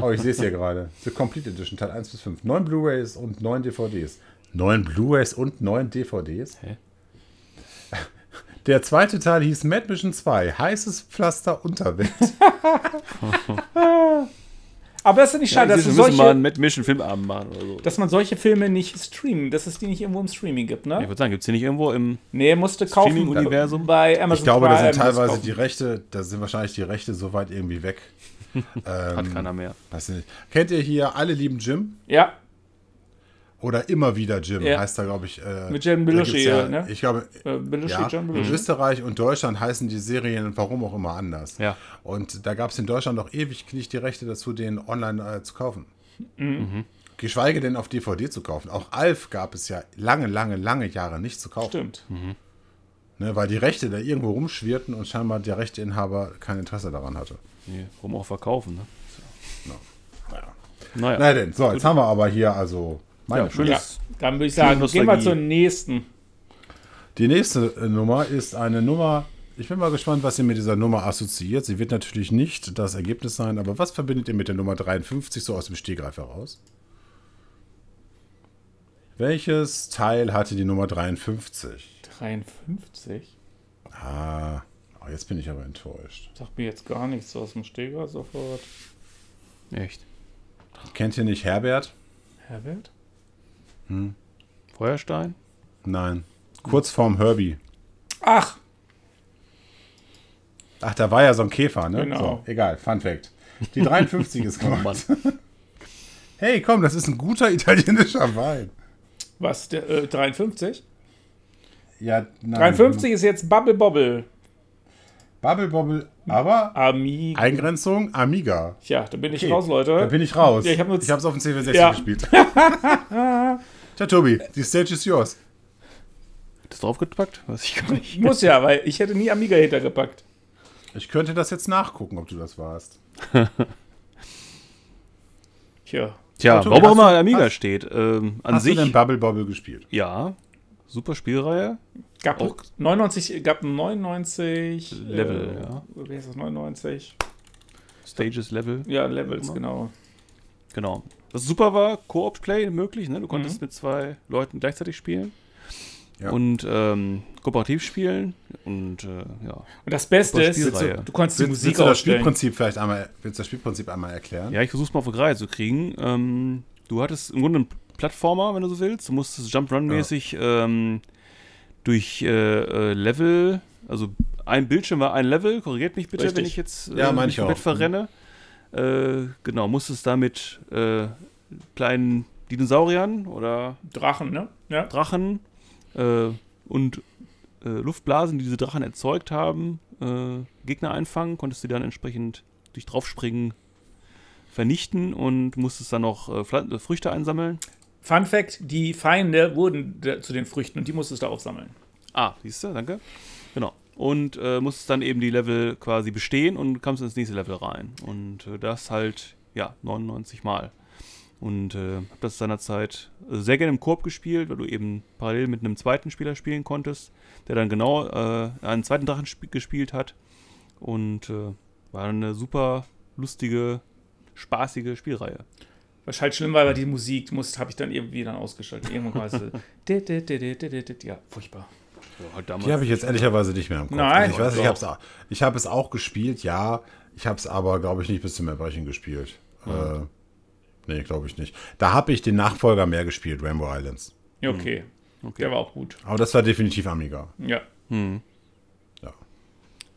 [SPEAKER 3] Oh, ich sehe es hier gerade. The Complete Edition, Teil 1 bis 5. Neun Blu-Rays und neun DVDs. Neun Blu-Rays und neun DVDs?
[SPEAKER 2] Hä?
[SPEAKER 3] Der zweite Teil hieß Mad Mission 2, heißes Pflaster Unterwelt.
[SPEAKER 1] Aber das ist nicht
[SPEAKER 2] Ja,
[SPEAKER 1] schade, dass,
[SPEAKER 2] wir
[SPEAKER 1] du
[SPEAKER 2] müssen mal einen
[SPEAKER 1] solche,
[SPEAKER 2] Mad Mission Filmabend machen oder so.
[SPEAKER 1] dass man solche Filme nicht streamen, dass es die nicht irgendwo im Streaming gibt,
[SPEAKER 2] ich
[SPEAKER 1] ne?
[SPEAKER 2] würde sagen, gibt es hier nicht irgendwo im.
[SPEAKER 1] Nee, musste kaufen.
[SPEAKER 2] Streaming-Universum?
[SPEAKER 1] Bei Amazon
[SPEAKER 3] Ich glaube, da sind
[SPEAKER 1] Prime, musst
[SPEAKER 3] teilweise
[SPEAKER 1] kaufen.
[SPEAKER 3] die Rechte, da sind wahrscheinlich die Rechte so weit irgendwie weg. Ähm.
[SPEAKER 2] Hat keiner mehr.
[SPEAKER 3] Weiß ich nicht. Kennt ihr hier alle lieben Jim?
[SPEAKER 1] Ja,
[SPEAKER 3] Oder immer wieder Jim?
[SPEAKER 1] Ja.
[SPEAKER 3] Heißt da, glaube ich. Äh,
[SPEAKER 1] Mit Jim
[SPEAKER 3] da
[SPEAKER 1] Belushi,
[SPEAKER 3] gibt's ja,
[SPEAKER 1] ne?
[SPEAKER 3] Ich glaube,
[SPEAKER 1] äh, Belushi,
[SPEAKER 3] ja, mhm.
[SPEAKER 1] John
[SPEAKER 3] in
[SPEAKER 1] Belushi.
[SPEAKER 3] Österreich und Deutschland heißen die Serien, warum auch immer, anders.
[SPEAKER 2] Ja.
[SPEAKER 3] Und da gab es in Deutschland auch ewig nicht die Rechte dazu, den online äh, zu kaufen.
[SPEAKER 2] Mhm.
[SPEAKER 3] Geschweige denn auf DVD zu kaufen. Auch Alf gab es ja lange, lange, lange Jahre nicht zu kaufen.
[SPEAKER 1] Stimmt.
[SPEAKER 3] Ne, weil die Rechte da irgendwo rumschwirrten und scheinbar der Rechteinhaber kein Interesse daran hatte.
[SPEAKER 2] Nee, warum auch verkaufen, ne?
[SPEAKER 3] Naja.
[SPEAKER 2] Naja.
[SPEAKER 3] Na denn, so, jetzt haben wir aber hier also meine
[SPEAKER 2] Ja, schön.
[SPEAKER 1] Ja, dann würde ich sagen, gehen
[SPEAKER 2] Nostalgie.
[SPEAKER 1] wir zur nächsten.
[SPEAKER 3] Die nächste äh, Nummer ist eine Nummer. Ich bin mal gespannt, was ihr mit dieser Nummer assoziiert. Sie wird natürlich nicht das Ergebnis sein, aber was verbindet ihr mit der Nummer 53 so aus dem Stegreif heraus? Welches Teil hatte die Nummer 53?
[SPEAKER 1] 53?
[SPEAKER 3] Ah, oh, jetzt bin ich aber enttäuscht.
[SPEAKER 1] Sagt mir jetzt gar nichts aus dem Steger sofort.
[SPEAKER 2] Echt.
[SPEAKER 3] Kennt ihr nicht Herbert?
[SPEAKER 1] Herbert?
[SPEAKER 2] Feuerstein?
[SPEAKER 3] Nein. Kurz vorm Herbie.
[SPEAKER 1] Ach,
[SPEAKER 3] Ach, da war ja so ein Käfer, ne?
[SPEAKER 1] Genau.
[SPEAKER 3] So, egal, Fun Fact. Die 53 ist
[SPEAKER 2] Oh
[SPEAKER 3] gemacht. hey, komm, das ist ein guter italienischer Wein. Mhm.
[SPEAKER 1] was? Der, äh, 53?
[SPEAKER 3] Ja, nein.
[SPEAKER 1] 53 ist jetzt Bubble Bobble.
[SPEAKER 3] Bubble Bobble, aber
[SPEAKER 1] Ami.
[SPEAKER 3] Eingrenzung Amiga.
[SPEAKER 1] Tja, da bin ich
[SPEAKER 3] Okay,
[SPEAKER 1] raus, Leute.
[SPEAKER 3] Da bin ich raus.
[SPEAKER 1] Ja, ich hab nur-
[SPEAKER 3] ich hab's auf dem CW60
[SPEAKER 1] Ja.
[SPEAKER 3] gespielt. Tja, Tobi, die Stage is yours.
[SPEAKER 2] Das draufgepackt? Weiß ich gar nicht.
[SPEAKER 1] Muss ja, weil ich hätte nie Amiga hintergepackt.
[SPEAKER 3] Ich könnte das jetzt nachgucken, ob du das warst.
[SPEAKER 1] Tja.
[SPEAKER 2] Tja,
[SPEAKER 3] Tobi,
[SPEAKER 2] warum auch immer
[SPEAKER 3] hast du-
[SPEAKER 2] Amiga
[SPEAKER 3] hast-
[SPEAKER 2] steht. Ähm, an
[SPEAKER 3] Hast
[SPEAKER 2] sich,
[SPEAKER 3] du denn Bubble Bobble gespielt?
[SPEAKER 2] ja, super Spielreihe.
[SPEAKER 1] Gab
[SPEAKER 3] Oh.
[SPEAKER 2] Auch-
[SPEAKER 1] 99, gab 99
[SPEAKER 2] Level,
[SPEAKER 1] äh,
[SPEAKER 2] ja.
[SPEAKER 1] Wie heißt das? 99?
[SPEAKER 2] Stages, Level.
[SPEAKER 1] Ja, Levels, genau.
[SPEAKER 2] Genau. Was super war, Koop-Play möglich, ne? Du konntest mit zwei Leuten gleichzeitig spielen.
[SPEAKER 3] Ja.
[SPEAKER 2] Und ähm, kooperativ spielen. Und äh, ja.
[SPEAKER 1] Und das Beste
[SPEAKER 2] Super
[SPEAKER 1] ist,
[SPEAKER 2] Spielreihe.
[SPEAKER 1] du, du konntest die
[SPEAKER 3] Willst,
[SPEAKER 1] Musik
[SPEAKER 3] willst du das
[SPEAKER 1] ausstellen.
[SPEAKER 3] Spielprinzip vielleicht einmal, willst du das Spielprinzip einmal erklären?
[SPEAKER 2] Ja, ich versuch's mal auf die Reihe zu kriegen. Ähm, du hattest im Grunde einen Plattformer, wenn du so willst. Du musstest Jump-Run-mäßig ähm, durch äh, äh, Level, also ein Bildschirm war ein Level, korrigiert mich bitte, wenn
[SPEAKER 1] Richtig.
[SPEAKER 2] ich jetzt äh,
[SPEAKER 3] Ja, meine
[SPEAKER 2] mich
[SPEAKER 3] ich auch. Mhm.
[SPEAKER 2] komplett verrenne. Äh, genau, musstest da mit äh, kleinen Dinosauriern oder
[SPEAKER 1] Drachen, ne? Ja.
[SPEAKER 2] Drachen äh, und äh, Luftblasen, die diese Drachen erzeugt haben, äh, Gegner einfangen, konntest du dann entsprechend durch draufspringen, vernichten und musstest dann noch äh, Pflan- äh, Früchte einsammeln.
[SPEAKER 1] Fun Fact: Die Feinde wurden da- zu den Früchten und die musstest du aufsammeln.
[SPEAKER 2] Ah, siehst du, danke. Genau. Und äh, musstest dann eben die Level quasi bestehen und kamst ins nächste Level rein. Und äh, das halt, ja, 99 Mal. Und äh, hab das seinerzeit äh, sehr gerne im Koop gespielt, weil du eben parallel mit einem zweiten Spieler spielen konntest, der dann genau äh, einen zweiten Drachen sp- gespielt hat. Und äh, war eine super lustige, spaßige Spielreihe.
[SPEAKER 1] Was halt schlimm war, war die Musik, muss, habe ich dann irgendwie dann ausgeschaltet. Irgendwann war es. so, dit, dit, dit, dit, dit, dit, dit. Ja, furchtbar.
[SPEAKER 2] Boah, damals.
[SPEAKER 3] Die habe ich jetzt ehrlicherweise nicht mehr im Kopf.
[SPEAKER 1] Nein.
[SPEAKER 3] Also ich weiß, ich
[SPEAKER 1] Doch.
[SPEAKER 3] habe es auch, ich hab es auch gespielt, ja. Ich habe es aber, glaube ich, nicht bis zum Erbrechen gespielt.
[SPEAKER 2] Hm.
[SPEAKER 3] Äh, nee, glaube ich nicht. Da habe ich den Nachfolger mehr gespielt, Rainbow Islands.
[SPEAKER 1] Ja, okay.
[SPEAKER 2] Hm. Okay.
[SPEAKER 1] Der war auch gut.
[SPEAKER 3] Aber das war definitiv Amiga.
[SPEAKER 1] Ja.
[SPEAKER 3] Ja,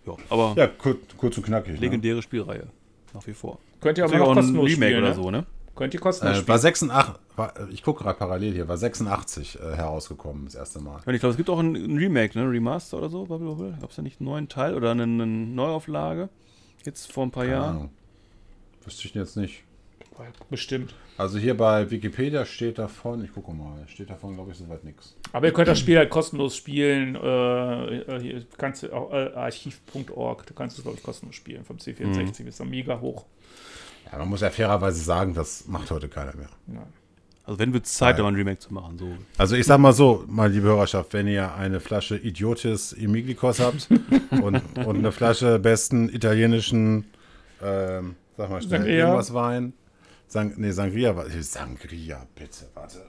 [SPEAKER 2] ja, aber
[SPEAKER 3] ja kur kurz und knackig. Ne?
[SPEAKER 2] legendäre Spielreihe. Nach wie vor.
[SPEAKER 1] Könnt ihr aber
[SPEAKER 2] Natürlich
[SPEAKER 1] noch
[SPEAKER 2] auch ein
[SPEAKER 1] kostenlos
[SPEAKER 2] Remake
[SPEAKER 1] spielen.
[SPEAKER 2] oder
[SPEAKER 1] ne?
[SPEAKER 2] so, ne?
[SPEAKER 1] Könnt ihr kostenlos
[SPEAKER 3] Äh,
[SPEAKER 1] spielen.
[SPEAKER 3] war 86, war, äh, ich gucke gerade parallel hier, war 86 äh, herausgekommen das erste Mal.
[SPEAKER 2] Ich meine, ich glaube, es gibt auch ein, ein Remake, ne? Remaster oder so, Bubble Bobble. Gab es da nicht einen neuen Teil oder eine, eine Neuauflage? Jetzt vor ein paar
[SPEAKER 3] Keine
[SPEAKER 2] Jahren.
[SPEAKER 3] Ahnung. Wüsste ich jetzt nicht.
[SPEAKER 1] Bestimmt.
[SPEAKER 3] Also hier bei Wikipedia steht davon, ich gucke mal, steht davon, glaube ich, soweit nichts.
[SPEAKER 1] Aber ihr könnt das Spiel halt kostenlos spielen. Äh, äh, hier kannst du auch, äh, archiv.org, da kannst du es, glaube ich, kostenlos spielen. Vom C64
[SPEAKER 2] Hm.
[SPEAKER 1] bis Amiga hoch.
[SPEAKER 3] Ja, man muss ja fairerweise sagen, das macht heute keiner mehr.
[SPEAKER 1] Ja.
[SPEAKER 2] Also, wenn wird es Zeit, da mal ein Remake zu machen. So.
[SPEAKER 3] Also ich sag mal so, mal liebe Hörerschaft, wenn ihr eine Flasche Idiotis Emiglikos habt und, und eine Flasche besten italienischen, ähm, sag mal schnell,
[SPEAKER 1] Sangria.
[SPEAKER 3] irgendwas Wein. Sang, nee, Sangria, wa- Sangria, bitte, warte.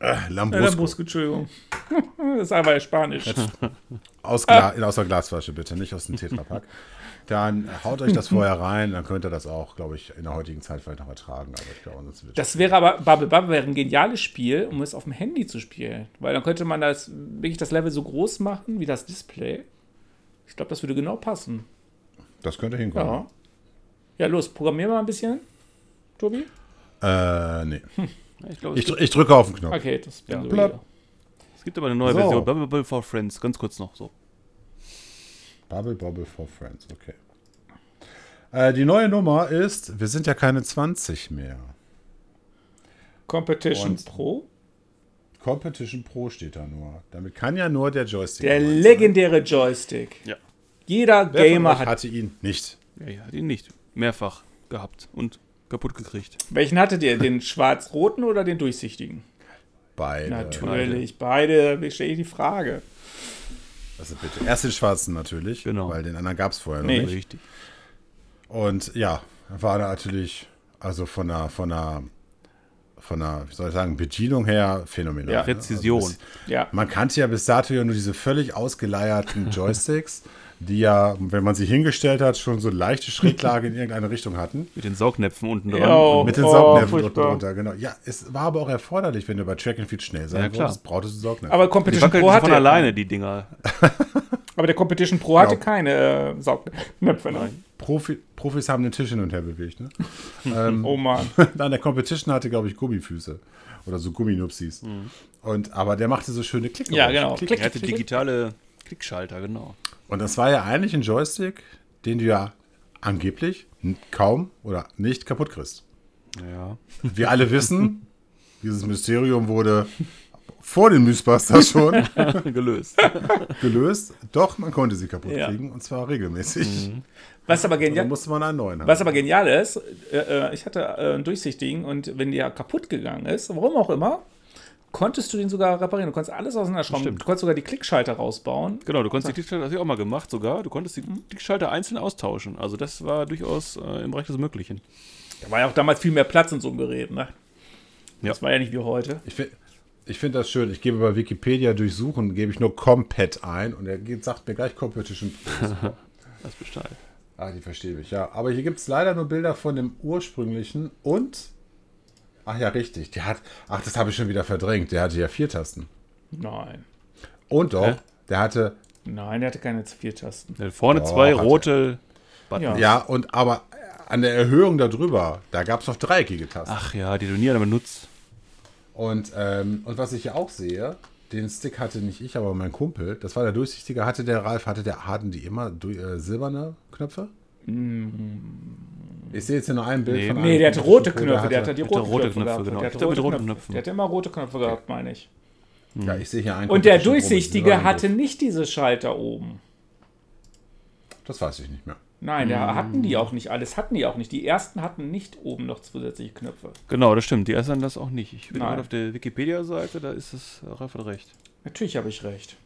[SPEAKER 3] Äh, Lambrusco.
[SPEAKER 1] Lambrusco, Entschuldigung. das ist aber Spanisch.
[SPEAKER 3] Aus,
[SPEAKER 1] Ah.
[SPEAKER 3] Gla in, aus der Glasflasche bitte, nicht aus dem Tetrapack. Dann haut euch das vorher rein, dann könnt ihr das auch, glaube ich, in der heutigen Zeit vielleicht noch ertragen. Aber ich glaube, sonst wird
[SPEAKER 1] Das wäre aber, Bubble Bubble wäre ein geniales Spiel, um es auf dem Handy zu spielen. Weil dann könnte man das, wirklich das Level so groß machen wie das Display. Ich glaube, das würde genau passen.
[SPEAKER 3] das könnte hinkommen.
[SPEAKER 1] Ja. Ja, los, programmier mal ein bisschen, Tobi.
[SPEAKER 3] Äh, nee.
[SPEAKER 2] Ja, Ich glaube, es,
[SPEAKER 3] Ich, dr-
[SPEAKER 2] gibt-
[SPEAKER 3] ich drücke auf den Knopf.
[SPEAKER 1] Okay, das bin so
[SPEAKER 3] Blab.
[SPEAKER 1] hier.
[SPEAKER 2] es gibt aber eine neue
[SPEAKER 3] So.
[SPEAKER 2] Version. Bubble Bobble for Friends, ganz kurz noch. So.
[SPEAKER 3] Bubble Bobble for Friends, okay. Äh, die neue Nummer ist, wir sind ja keine 20 mehr.
[SPEAKER 1] Competition
[SPEAKER 3] Und-
[SPEAKER 1] Pro.
[SPEAKER 3] Competition Pro steht da nur. Damit kann ja nur der Joystick.
[SPEAKER 1] Der
[SPEAKER 3] gemeint
[SPEAKER 1] legendäre Joystick.
[SPEAKER 2] Ja.
[SPEAKER 1] Jeder
[SPEAKER 3] sein. Wer von
[SPEAKER 1] Gamer
[SPEAKER 3] euch
[SPEAKER 1] hat.
[SPEAKER 3] hatte ihn nicht.
[SPEAKER 2] Ja, ja, die nicht. Mehrfach gehabt und kaputt gekriegt.
[SPEAKER 1] Welchen hattet ihr? Den schwarz-roten oder den durchsichtigen?
[SPEAKER 3] Beide.
[SPEAKER 1] Natürlich, beide. Wie stelle ich die Frage?
[SPEAKER 3] Also bitte. Erst den schwarzen natürlich,
[SPEAKER 2] Genau.
[SPEAKER 3] weil den anderen gab es vorher
[SPEAKER 1] Nee.
[SPEAKER 3] noch nicht.
[SPEAKER 2] Richtig.
[SPEAKER 3] Und ja, war da natürlich, also von der, von der, von der, wie soll ich sagen, Bedienung her phänomenal.
[SPEAKER 1] Ja.
[SPEAKER 3] ne? Also
[SPEAKER 2] Präzision.
[SPEAKER 3] bis-
[SPEAKER 1] Ja.
[SPEAKER 3] Man kannte ja bis dato ja nur diese völlig ausgeleierten Joysticks, die ja, wenn man sie hingestellt hat, schon so leichte Schräglage in irgendeine Richtung hatten.
[SPEAKER 2] Mit den Saugnäpfen unten
[SPEAKER 1] Ja.
[SPEAKER 2] dran. Und
[SPEAKER 3] Mit den
[SPEAKER 1] Oh,
[SPEAKER 3] Saugnäpfen unten
[SPEAKER 1] furchtbar.
[SPEAKER 3] drunter, genau. Ja, es war aber auch erforderlich, wenn du bei Track and Field schnell sein
[SPEAKER 2] Ja, klar.
[SPEAKER 3] wolltest, brauchtest du Saugnäpfe.
[SPEAKER 1] Aber
[SPEAKER 2] Die
[SPEAKER 1] Competition
[SPEAKER 2] wackeln
[SPEAKER 1] Pro
[SPEAKER 2] schon
[SPEAKER 1] hatte.
[SPEAKER 2] von alleine, die Dinger.
[SPEAKER 1] Aber der Competition Pro hatte
[SPEAKER 3] Ja.
[SPEAKER 1] keine äh, Saugnäpfe. Nein.
[SPEAKER 3] Profi, Profis haben den Tisch hin und her bewegt, ne?
[SPEAKER 1] Oh Mann.
[SPEAKER 3] Dann der Competition hatte, glaube ich, Gummifüße. Oder so Gumminupsis. Und, aber der machte so schöne Klick.
[SPEAKER 1] Mhm. Ja, genau.
[SPEAKER 3] Klick.
[SPEAKER 1] Klick.
[SPEAKER 2] Er hatte digitale Klickschalter, genau.
[SPEAKER 3] Und das war ja eigentlich ein Joystick, den du ja angeblich n- kaum oder nicht kaputt kriegst.
[SPEAKER 2] Ja.
[SPEAKER 3] Wir alle wissen, dieses Mysterium wurde vor den Mythbusters schon
[SPEAKER 2] Gelöst.
[SPEAKER 3] gelöst. Doch, man konnte sie kaputt
[SPEAKER 1] Ja.
[SPEAKER 3] kriegen und zwar regelmäßig. Und
[SPEAKER 1] Was aber
[SPEAKER 3] Dann
[SPEAKER 1] genial,
[SPEAKER 3] musste man einen neuen haben.
[SPEAKER 1] was aber genial ist, äh, äh, ich hatte äh, einen durchsichtigen und wenn der kaputt gegangen ist, warum auch immer, konntest du den sogar reparieren. Du konntest alles auseinanderschrauben.
[SPEAKER 2] Stimmt.
[SPEAKER 1] Du konntest sogar die Klickschalter rausbauen.
[SPEAKER 2] Genau, du konntest die Klickschalter, das habe ich auch mal gemacht sogar, du konntest die Klickschalter einzeln austauschen. Also das war durchaus äh, im Bereich des Möglichen.
[SPEAKER 1] Da war ja auch damals viel mehr Platz in so einem Gerät. Ne?
[SPEAKER 2] Ja.
[SPEAKER 1] Das war ja nicht wie heute.
[SPEAKER 3] Ich finde ich find das schön. Ich gebe bei Wikipedia durchsuchen, gebe ich nur Compat ein und er geht, sagt mir gleich Competition.
[SPEAKER 2] Das Bescheid.
[SPEAKER 3] Ah, die verstehe ich, ja. Aber hier gibt es leider nur Bilder von dem ursprünglichen und. Ach ja, richtig. Der hat. Ach, das habe ich schon wieder verdrängt. Der hatte ja vier Tasten.
[SPEAKER 1] Nein.
[SPEAKER 3] Und doch,
[SPEAKER 2] Hä?
[SPEAKER 3] der hatte.
[SPEAKER 1] Nein, der hatte keine vier Tasten.
[SPEAKER 2] Ja, Äh, Vorne
[SPEAKER 3] Boah,
[SPEAKER 2] zwei
[SPEAKER 3] hat er.
[SPEAKER 2] rote
[SPEAKER 1] Ja.
[SPEAKER 2] Buttons.
[SPEAKER 3] Ja, und aber äh, an der Erhöhung darüber, da gab es noch dreieckige Tasten.
[SPEAKER 1] Ah.
[SPEAKER 2] Ach ja, die du nie einmal nutzt.
[SPEAKER 3] Und, ähm, und was ich hier auch sehe, den Stick hatte nicht ich, aber mein Kumpel, das war der durchsichtige, hatte der Ralf, hatte der, hatten die immer du- äh, silberne Knöpfe? Ich sehe jetzt hier nur ein Bild
[SPEAKER 2] Nee.
[SPEAKER 3] von einem.
[SPEAKER 1] Mm. Nee, der hatte
[SPEAKER 3] Kumpel,
[SPEAKER 1] rote Knöpfe. Der halt hatte die
[SPEAKER 2] der hatte
[SPEAKER 1] roten
[SPEAKER 2] rote
[SPEAKER 1] Knöpfe
[SPEAKER 2] Knöpfe,
[SPEAKER 1] gehabt.
[SPEAKER 2] genau.
[SPEAKER 1] Der
[SPEAKER 2] Ich
[SPEAKER 1] hatte
[SPEAKER 2] glaub, mit
[SPEAKER 1] rote
[SPEAKER 2] roten
[SPEAKER 1] Knöpfe.
[SPEAKER 2] Knöpfen.
[SPEAKER 1] Der hatte immer rote Knöpfe gehabt, meine ich.
[SPEAKER 3] Ja, ich sehe hier einen.
[SPEAKER 1] Und der
[SPEAKER 3] Kumpel,
[SPEAKER 1] durchsichtige
[SPEAKER 3] silbernen
[SPEAKER 1] hatte
[SPEAKER 3] Griff.
[SPEAKER 1] nicht diese Schalter oben.
[SPEAKER 3] Das weiß ich nicht mehr.
[SPEAKER 1] Nein, da hatten die auch nicht alles, hatten die auch nicht. Die ersten hatten nicht oben noch zusätzliche Knöpfe.
[SPEAKER 2] Genau, das stimmt. Die ersten haben das auch nicht. Ich bin
[SPEAKER 1] Nein.
[SPEAKER 2] gerade auf der Wikipedia-Seite, da ist es, äh, Ralf hat recht.
[SPEAKER 1] Natürlich habe ich recht.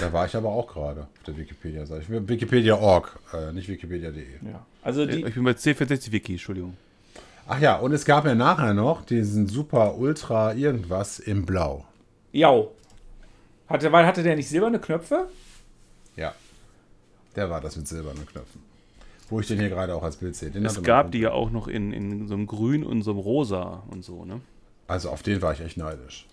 [SPEAKER 3] Da war ich aber auch gerade auf der Wikipedia, sag ich. Wikipedia.org, äh, nicht wikipedia.de.
[SPEAKER 1] Ja. Also die,
[SPEAKER 2] Äh, Ich bin bei C64-Wiki, Entschuldigung.
[SPEAKER 3] Ach ja, und es gab ja nachher noch diesen super ultra irgendwas im Blau.
[SPEAKER 1] ja. Hatte, weil hatte der nicht silberne Knöpfe?
[SPEAKER 3] Ja. Der war das mit silbernen Knöpfen. Wo ich den hier gerade auch als Bild sehe. Den hatte
[SPEAKER 2] Es
[SPEAKER 3] mein
[SPEAKER 2] gab
[SPEAKER 3] Kumpel.
[SPEAKER 2] die ja auch noch in, in so einem Grün und so einem Rosa und so, ne?
[SPEAKER 3] Also auf den war ich echt neidisch.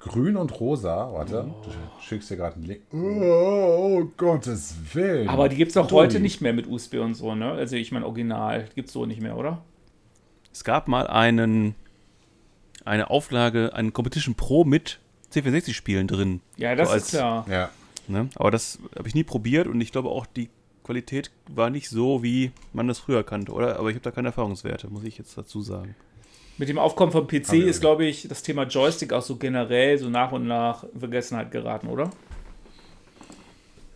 [SPEAKER 3] Grün und rosa, warte,
[SPEAKER 2] Oh.
[SPEAKER 3] du schickst dir gerade einen Link. Oh, oh, oh Gottes Willen.
[SPEAKER 1] Aber die gibt es auch
[SPEAKER 3] Dulli.
[SPEAKER 1] heute nicht mehr mit USB und so, ne? Also ich meine, original gibt es so nicht mehr, oder?
[SPEAKER 2] Es gab mal einen, eine Auflage, einen Competition Pro mit C64-Spielen drin.
[SPEAKER 1] Ja, das
[SPEAKER 2] So als-
[SPEAKER 1] ist klar.
[SPEAKER 3] Ja.
[SPEAKER 2] Ne? Aber das habe ich nie probiert und ich glaube auch, die Qualität war nicht so, wie man das früher kannte, oder? Aber ich habe da keine Erfahrungswerte, muss ich jetzt dazu sagen.
[SPEAKER 1] Mit dem Aufkommen vom PC
[SPEAKER 3] wir
[SPEAKER 1] ist, glaube ich, das Thema Joystick auch so generell so nach und nach in Vergessenheit geraten, oder?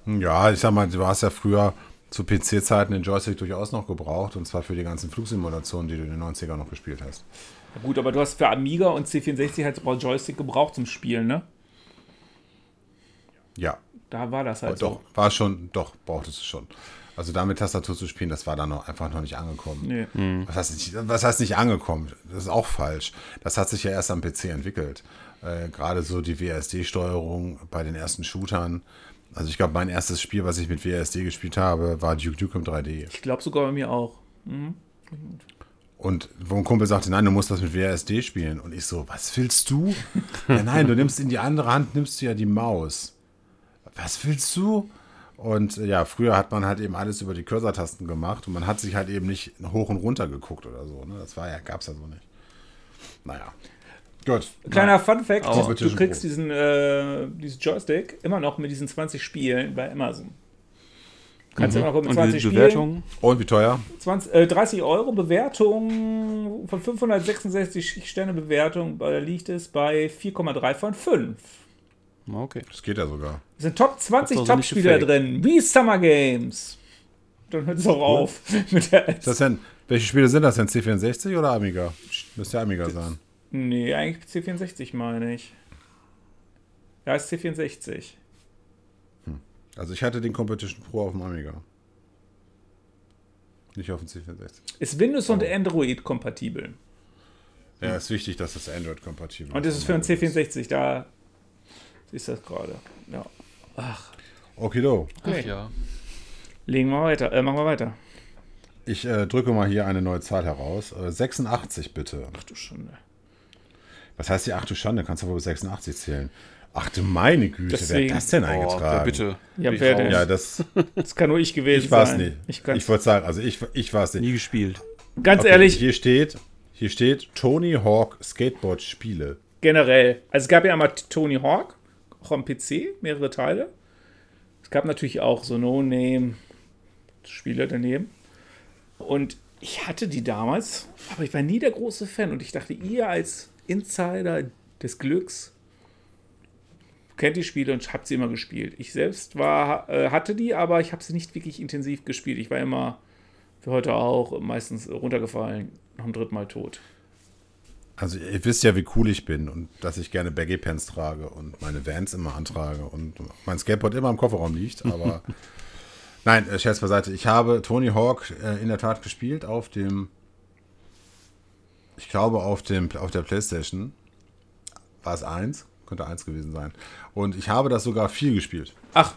[SPEAKER 3] ja, ich sag mal, du hast ja früher zu PC-Zeiten den Joystick durchaus noch gebraucht. Und zwar für die ganzen Flugsimulationen, die du in den 90ern noch gespielt hast.
[SPEAKER 1] Ja, gut, aber du hast für Amiga und C64 halt auch Joystick gebraucht zum Spielen, ne?
[SPEAKER 3] Ja,
[SPEAKER 1] Da war das
[SPEAKER 2] Also-
[SPEAKER 1] halt
[SPEAKER 3] doch,
[SPEAKER 1] so.
[SPEAKER 3] war schon, doch, brauchtest du schon. Also damit Tastatur zu spielen, das war dann noch, einfach noch nicht angekommen.
[SPEAKER 1] Nee.
[SPEAKER 2] Hm.
[SPEAKER 3] Was heißt, nicht, was heißt nicht angekommen? Das ist auch falsch. Das hat sich ja erst am PC entwickelt. Äh, Gerade so die WSD-Steuerung bei den ersten Shootern. Also ich glaube, mein erstes Spiel, was ich mit WSD gespielt habe, war Duke Nukem 3D.
[SPEAKER 1] Ich glaube sogar bei mir auch.
[SPEAKER 3] Und wo ein Kumpel sagte, nein, du musst das mit WSD spielen. Und ich so, was willst du? ja, nein, du nimmst in die andere Hand, nimmst du ja die Maus. Was willst du? Und äh, ja, früher hat man halt eben alles über die Cursor-Tasten gemacht und man hat sich halt eben nicht hoch und runter geguckt oder so. Ne? Das war ja, gab's ja so nicht. Naja. Gut.
[SPEAKER 1] Kleiner Fun Fact:
[SPEAKER 2] Aua.
[SPEAKER 1] Du kriegst diesen, äh, diesen Joystick immer noch mit diesen 20 Spielen bei Amazon. Kannst du immer noch mit
[SPEAKER 2] Mhm. Und
[SPEAKER 1] 20
[SPEAKER 2] diese
[SPEAKER 1] Spielen.
[SPEAKER 2] Bewertung,
[SPEAKER 3] Und wie teuer?
[SPEAKER 1] 20, äh, 30 Euro Bewertung von 566 Sterne Bewertung äh, liegt es bei 4,3 von 5.
[SPEAKER 2] Na, okay.
[SPEAKER 3] Das geht ja sogar.
[SPEAKER 1] Es sind Top 20
[SPEAKER 2] Hat's also nicht
[SPEAKER 1] Top-Spieler
[SPEAKER 2] gefaked.
[SPEAKER 1] drin, wie Summer Games. Dann hört es auch auf mit der
[SPEAKER 3] Ist das denn, welche Spiele sind das denn? C64 oder Amiga? Müsste ja Amiga sein.
[SPEAKER 1] Nee, eigentlich C64 meine ich. Ja, ist C64.
[SPEAKER 3] Also ich hatte den Competition Pro auf dem Amiga. Nicht auf dem C64.
[SPEAKER 1] Ist Windows
[SPEAKER 2] Oh.
[SPEAKER 1] und Android kompatibel.
[SPEAKER 3] Ja, ist wichtig, dass das Android-kompatibel ist.
[SPEAKER 1] Hm. Und das ist für ein C64, da ist das gerade. Ja.
[SPEAKER 3] Okido.
[SPEAKER 1] Okay.
[SPEAKER 2] ja.
[SPEAKER 1] Legen wir weiter, äh, machen wir weiter.
[SPEAKER 3] Ich äh, drücke mal hier eine neue Zahl heraus. Äh, 86 bitte.
[SPEAKER 1] Ach du Schande.
[SPEAKER 3] Was heißt die Ach du Schande? Kannst du wohl bis 86 zählen? Ach du meine Güte, wer
[SPEAKER 1] Deswegen-
[SPEAKER 3] hat das denn
[SPEAKER 2] Oh,
[SPEAKER 3] eingetragen?
[SPEAKER 2] ja, bitte.
[SPEAKER 1] Ja,
[SPEAKER 2] Bin ich
[SPEAKER 1] wer
[SPEAKER 2] raus.
[SPEAKER 1] denn?
[SPEAKER 3] Ja, das,
[SPEAKER 1] Das kann nur ich gewesen
[SPEAKER 3] ich war es
[SPEAKER 1] sein.
[SPEAKER 3] nicht.
[SPEAKER 1] Ich
[SPEAKER 3] Ich,
[SPEAKER 1] kann's-
[SPEAKER 3] wollte sagen, also ich, ich war es nicht.
[SPEAKER 2] Nie gespielt.
[SPEAKER 1] Ganz
[SPEAKER 3] Okay,
[SPEAKER 1] ehrlich,
[SPEAKER 3] Hier steht, Hier steht Tony Hawk Skateboard Spiele.
[SPEAKER 1] generell. Also es gab ja einmal Tony Hawk, auch am PC, mehrere Teile. Es gab natürlich auch so No-Name-Spiele daneben. Und ich hatte die damals, aber ich war nie der große Fan. Und ich dachte, ihr als Insider des Glücks kennt die Spiele und habt sie immer gespielt. Ich selbst war, äh, hatte die, aber ich habe sie nicht wirklich intensiv gespielt. Ich war immer, wie heute auch, meistens runtergefallen, noch ein dritten Mal tot.
[SPEAKER 3] Also ihr wisst ja, wie cool ich bin und dass ich gerne Baggy Pants trage und meine Vans immer antrage und mein Skateboard immer im Kofferraum liegt, aber nein, äh, Scherz beiseite. Ich habe Tony Hawk äh, in der Tat gespielt auf dem, ich glaube auf, dem, auf der Playstation. War es eins? Könnte eins gewesen sein. Und ich habe das sogar viel gespielt.
[SPEAKER 1] Ach,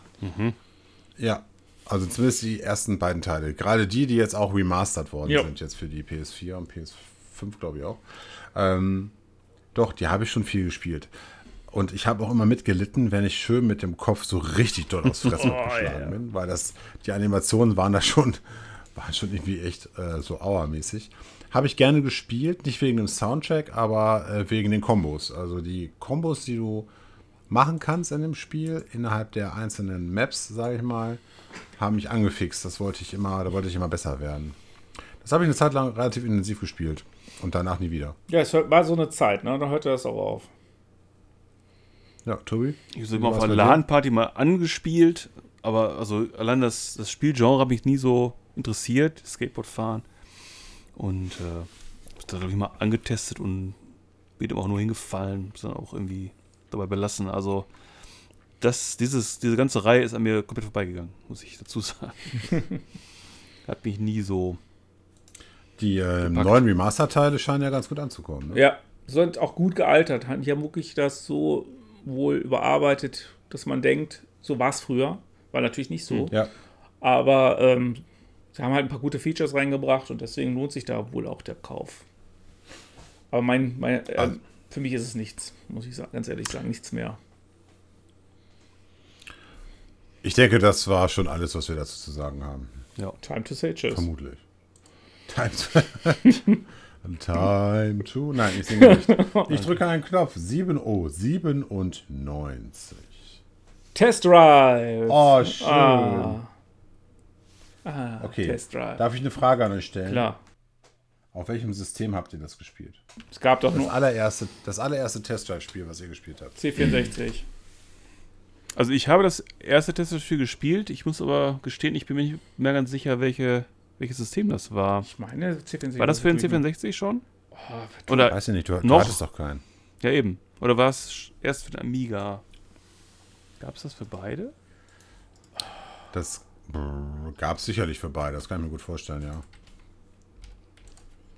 [SPEAKER 3] Ja, also zumindest die ersten beiden Teile. Gerade die, die jetzt auch remastert worden
[SPEAKER 1] Jo.
[SPEAKER 3] sind, jetzt für die PS4 und PS5, glaube ich auch. Ähm, doch, die habe ich schon viel gespielt. Und ich habe auch immer mitgelitten, wenn ich schön mit dem Kopf so richtig doll aufs Fressen geschlagen bin, weil das, die Animationen waren da schon, waren schon irgendwie echt äh, so auermäßig. Habe ich gerne gespielt, nicht wegen dem Soundtrack, aber äh, wegen den Kombos. Also die Kombos, die du machen kannst in dem Spiel, innerhalb der einzelnen Maps, sage ich mal, haben mich angefixt. Das wollte ich immer, da wollte ich immer besser werden. Das habe ich eine Zeit lang relativ intensiv gespielt und danach nie wieder.
[SPEAKER 1] ja, es war so eine Zeit, ne? Dann hörte das auch auf.
[SPEAKER 3] Ja, Tobi?
[SPEAKER 2] Ich habe immer
[SPEAKER 3] Wie
[SPEAKER 2] auf
[SPEAKER 3] war's
[SPEAKER 2] einer
[SPEAKER 3] bei dir?
[SPEAKER 2] LAN-Party mal angespielt, aber also allein das, das Spielgenre hat mich nie so interessiert, Skateboard fahren. Und äh, hab das habe ich mal angetestet und bin aber auch nur hingefallen, hab's dann auch irgendwie dabei belassen. Also das, dieses, diese ganze Reihe ist an mir komplett vorbeigegangen, muss ich dazu sagen. hat mich nie so.
[SPEAKER 3] Die äh,
[SPEAKER 2] Gepackt.
[SPEAKER 3] neuen Remaster-Teile scheinen ja ganz gut anzukommen. Ne?
[SPEAKER 1] Ja, sind auch gut gealtert. Haben ja wirklich das so wohl überarbeitet, dass man denkt, so war es früher. War natürlich nicht so.
[SPEAKER 3] Hm, Ja.
[SPEAKER 1] Aber ähm, sie haben halt ein paar gute Features reingebracht und deswegen lohnt sich da wohl auch der Kauf. Aber mein, mein äh,
[SPEAKER 3] Also-
[SPEAKER 1] für mich ist es nichts, muss ich sa- ganz ehrlich sagen, nichts mehr.
[SPEAKER 3] Ich denke, das war schon alles, was wir dazu zu sagen haben.
[SPEAKER 2] Ja.
[SPEAKER 1] Time to say tschüss.
[SPEAKER 3] Vermutlich. Time to. Time to. Nein, ich singe nicht. Ich drücke einen Knopf. 7 O. 97.
[SPEAKER 1] Test Drive!
[SPEAKER 3] Oh, schön.
[SPEAKER 1] Ah.
[SPEAKER 3] okay.
[SPEAKER 1] Test Drive.
[SPEAKER 3] Darf ich eine Frage an euch stellen?
[SPEAKER 1] Klar,
[SPEAKER 3] Auf welchem System habt ihr das gespielt?
[SPEAKER 1] es gab doch
[SPEAKER 3] Das
[SPEAKER 1] nur
[SPEAKER 3] allererste, das allererste Test-Drive-Spiel, was ihr gespielt habt.
[SPEAKER 1] C64.
[SPEAKER 2] Also ich habe das erste Testspiel gespielt, ich muss aber gestehen, ich bin mir nicht mehr ganz sicher, welche, welches System das war.
[SPEAKER 1] Ich meine, C64.
[SPEAKER 2] War das für den C64 schon?
[SPEAKER 1] Oh,
[SPEAKER 2] Oder
[SPEAKER 3] Weiß ich nicht, du, du
[SPEAKER 2] Noch?
[SPEAKER 3] hattest doch keinen.
[SPEAKER 2] ja eben. Oder war es sch- erst für den Amiga? Gab es das für beide?
[SPEAKER 3] Das gab es sicherlich für beide, das kann ich mir gut vorstellen, ja.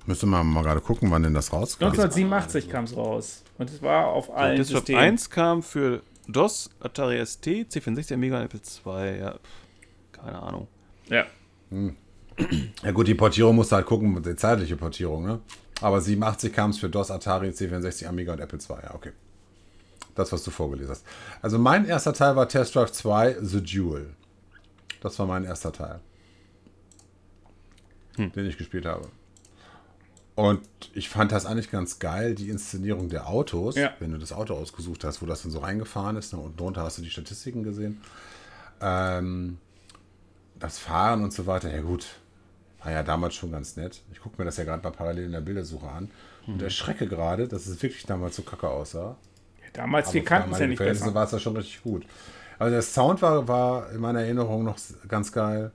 [SPEAKER 3] Müsste man mal gerade gucken, wann denn das rauskam.
[SPEAKER 1] 1987 kam es raus. Und es war auf allen
[SPEAKER 2] Das Desktop
[SPEAKER 1] Systemen.
[SPEAKER 2] 1 kam für DOS, Atari ST, C64, Amiga und Apple II. Ja, pff, keine Ahnung.
[SPEAKER 1] Ja.
[SPEAKER 3] Ja gut, die Portierung musst du halt gucken, die zeitliche Portierung, ne? Aber 87 kam es für DOS, Atari, C64, Amiga und Apple II, ja, okay. Das, was du vorgelesen hast. Also mein erster Teil war Test Drive 2 The Duel. Das war mein erster Teil. Den ich gespielt habe. Und ich fand das eigentlich ganz geil, die Inszenierung der Autos,
[SPEAKER 1] Ja.
[SPEAKER 3] wenn du das Auto ausgesucht hast, wo das dann so reingefahren ist. Ne? Und drunter hast du die Statistiken gesehen. Ähm, das Fahren und so weiter, ja gut, war ja damals schon ganz nett. Ich gucke mir das ja gerade mal parallel in der Bildersuche an und erschrecke gerade, dass es wirklich damals so kacke aussah.
[SPEAKER 1] Damals, wir
[SPEAKER 3] für
[SPEAKER 1] kannten es ja
[SPEAKER 3] damalige
[SPEAKER 1] nicht
[SPEAKER 3] Verhältnisse
[SPEAKER 1] besser.
[SPEAKER 3] war es ja schon richtig gut. Also der Sound war, war in meiner Erinnerung noch ganz geil.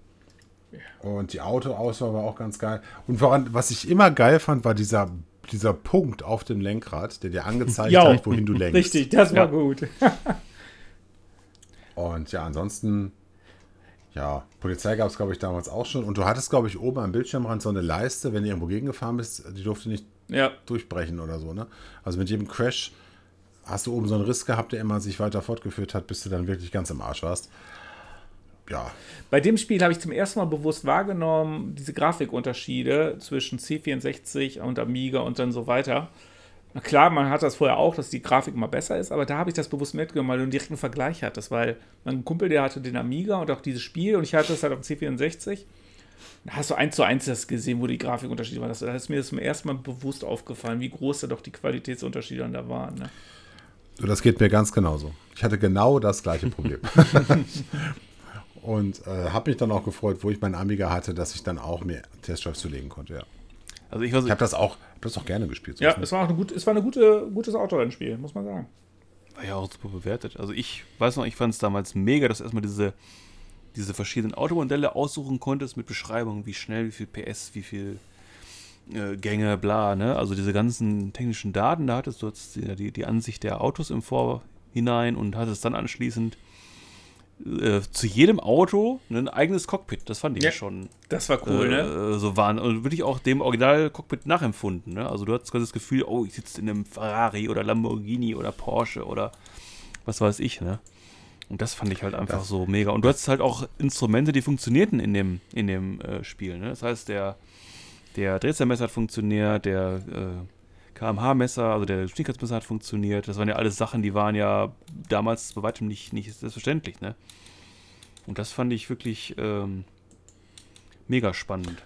[SPEAKER 3] Und die Autoauswahl war auch ganz geil. Und woran, was ich immer geil fand, war dieser, dieser Punkt auf dem Lenkrad, der dir angezeigt
[SPEAKER 1] Ja.
[SPEAKER 3] hat, wohin du lenkst.
[SPEAKER 1] Richtig, das war
[SPEAKER 2] Ja.
[SPEAKER 1] gut.
[SPEAKER 3] Und ja, ansonsten, ja, Polizei gab es, glaube ich, damals auch schon. Und du hattest, glaube ich, oben am Bildschirmrand so eine Leiste, wenn du irgendwo gegengefahren bist, die durfte nicht
[SPEAKER 1] Ja.
[SPEAKER 3] durchbrechen oder so, ne? Also mit jedem Crash hast du oben so einen Riss gehabt, der immer sich weiter fortgeführt hat, bis du dann wirklich ganz im Arsch warst. Ja,
[SPEAKER 1] Bei dem Spiel habe ich zum ersten Mal bewusst wahrgenommen, diese Grafikunterschiede zwischen C64 und Amiga und dann so weiter. Na Klar, man hat das vorher auch, dass die Grafik mal besser ist, aber da habe ich das bewusst mitgenommen, weil du einen direkten Vergleich hattest, weil mein Kumpel, der hatte den Amiga und auch dieses Spiel und ich hatte es halt auf dem C64 Hast du eins zu eins das gesehen, wo die Grafikunterschiede waren? Das, da ist mir das zum ersten Mal bewusst aufgefallen, wie groß da doch die Qualitätsunterschiede dann da waren. Ne?
[SPEAKER 3] Du, das geht mir ganz genauso. Ich hatte genau das gleiche Problem. Und äh, habe mich dann auch gefreut, wo ich meinen Amiga hatte, dass ich dann auch mir Testdrives zulegen konnte. Ja.
[SPEAKER 2] Also ich war so,
[SPEAKER 3] Ich habe das auch, hab das auch gerne gespielt. so
[SPEAKER 1] Ja,
[SPEAKER 3] ist nicht.
[SPEAKER 1] es war, auch eine gut, es war ein gute, gutes Autorennspiel, muss man sagen.
[SPEAKER 2] war ja auch super bewertet. Also ich weiß noch, ich fand es damals mega, dass du erstmal diese, diese verschiedenen Automodelle aussuchen konntest mit Beschreibungen, wie schnell, wie viel PS, wie viel äh, Gänge, bla, ne? Also diese ganzen technischen Daten, da hattest du hattest die, die, die Ansicht der Autos im Vorhinein und hattest dann anschließend äh, zu jedem Auto ein eigenes Cockpit. Das fand ich
[SPEAKER 1] Ja. ne?
[SPEAKER 2] schon
[SPEAKER 1] Das war
[SPEAKER 2] äh, äh, so waren. Und wirklich auch dem Original-Cockpit nachempfunden. Ne? Also du hattest quasi das Gefühl, oh, ich sitze in einem Ferrari oder Lamborghini oder Porsche oder was weiß ich, ne? Und das fand ich halt einfach so mega. Und du hattest halt auch Instrumente, die funktionierten in dem, in dem äh, Spiel. Ne? Das heißt, der, der Drehzahlmesser hat funktioniert, der äh, KMH-Messer, also der Geschwindigkeitsmesser hat funktioniert. Das waren ja alles Sachen, die waren ja damals bei weitem nicht, nicht selbstverständlich. Ne? Und das fand ich wirklich ähm, mega spannend.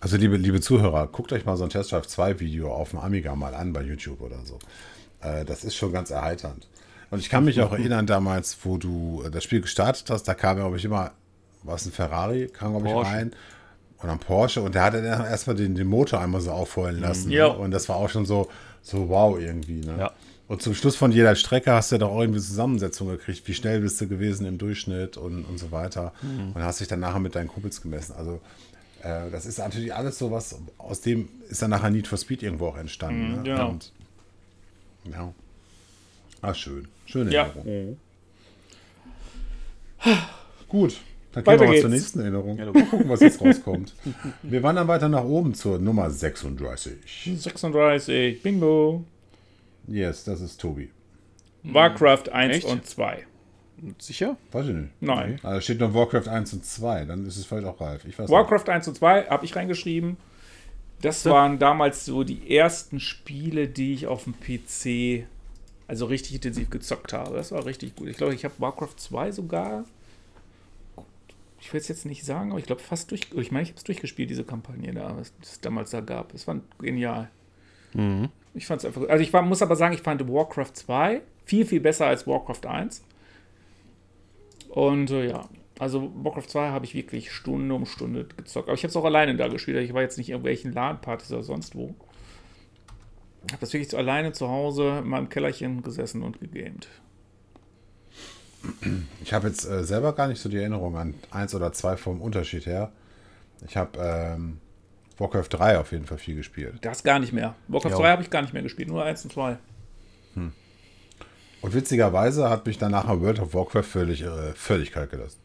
[SPEAKER 3] Also, liebe, liebe Zuhörer, guckt euch mal so ein Testdrive 2 Video auf dem Amiga mal an bei YouTube oder so. Äh, das ist schon ganz erheiternd. Und ich kann mich auch erinnern, damals, wo du äh, das Spiel gestartet hast, da kam, glaube ich, immer, was ein Ferrari, kam, glaube ich,
[SPEAKER 2] Porsche.
[SPEAKER 3] rein. Und ein Porsche. Und der hatte dann erstmal den, den Motor einmal so aufheulen lassen.
[SPEAKER 1] Ja.
[SPEAKER 3] Ne? Und das war auch schon so, so wow irgendwie. Ne?
[SPEAKER 2] Ja.
[SPEAKER 3] Und zum Schluss von jeder Strecke hast du ja doch irgendwie Zusammensetzung gekriegt. Wie schnell bist du gewesen im Durchschnitt und, und so weiter.
[SPEAKER 2] Mhm.
[SPEAKER 3] Und hast dich dann nachher mit deinen Kumpels gemessen. Also, äh, das ist natürlich alles so was, aus dem ist dann nachher Need for Speed irgendwo auch entstanden.
[SPEAKER 1] Mhm,
[SPEAKER 3] ne?
[SPEAKER 1] genau.
[SPEAKER 3] Und, ja. Ah, schön. Schöne
[SPEAKER 1] Ja.
[SPEAKER 3] Erinnerung. Gut. Dann gehen
[SPEAKER 1] Weiter
[SPEAKER 3] wir mal zur
[SPEAKER 1] geht's.
[SPEAKER 3] nächsten Erinnerung. Mal gucken, was jetzt rauskommt. wir wandern weiter nach oben zur Nummer 36.
[SPEAKER 1] 36, Bingo.
[SPEAKER 3] Yes, das ist Tobi.
[SPEAKER 1] Warcraft 1
[SPEAKER 2] Echt?
[SPEAKER 1] und 2.
[SPEAKER 2] Sicher?
[SPEAKER 3] Weiß ich nicht.
[SPEAKER 1] Nein.
[SPEAKER 3] Ah, Da steht noch Warcraft 1 und 2, dann ist es vielleicht auch reif. Ich weiß nicht.
[SPEAKER 1] Warcraft 1 und 2 habe ich reingeschrieben. Das waren damals so die ersten Spiele, die ich auf dem PC also richtig intensiv gezockt habe. Das war richtig gut. Ich glaube, ich habe Warcraft 2 sogar. Ich will es jetzt nicht sagen, aber ich glaube fast durch. Ich meine, ich habe es durchgespielt, diese Kampagne da, was es damals da gab. Es war genial. Ich fand es einfach. Also ich war, muss aber sagen, ich fand Warcraft 2 viel, viel besser als Warcraft 1. Und äh, ja, also Warcraft 2 habe ich wirklich Stunde um Stunde gezockt. Aber ich habe es auch alleine da gespielt. Ich war jetzt nicht in irgendwelchen LAN-Partys oder sonst wo. Ich habe das wirklich so alleine zu Hause in meinem Kellerchen gesessen und gegamed.
[SPEAKER 3] Ich habe jetzt äh, selber gar nicht so die Erinnerung an 1 oder 2 vom Unterschied her. Ich habe ähm, Warcraft 3 auf jeden Fall viel gespielt.
[SPEAKER 1] Das gar nicht mehr. Warcraft
[SPEAKER 3] Ja.
[SPEAKER 1] 2 habe ich gar nicht mehr gespielt, nur 1 und 2.
[SPEAKER 3] Und witzigerweise hat mich danach World of Warcraft völlig, äh, völlig kalt gelassen.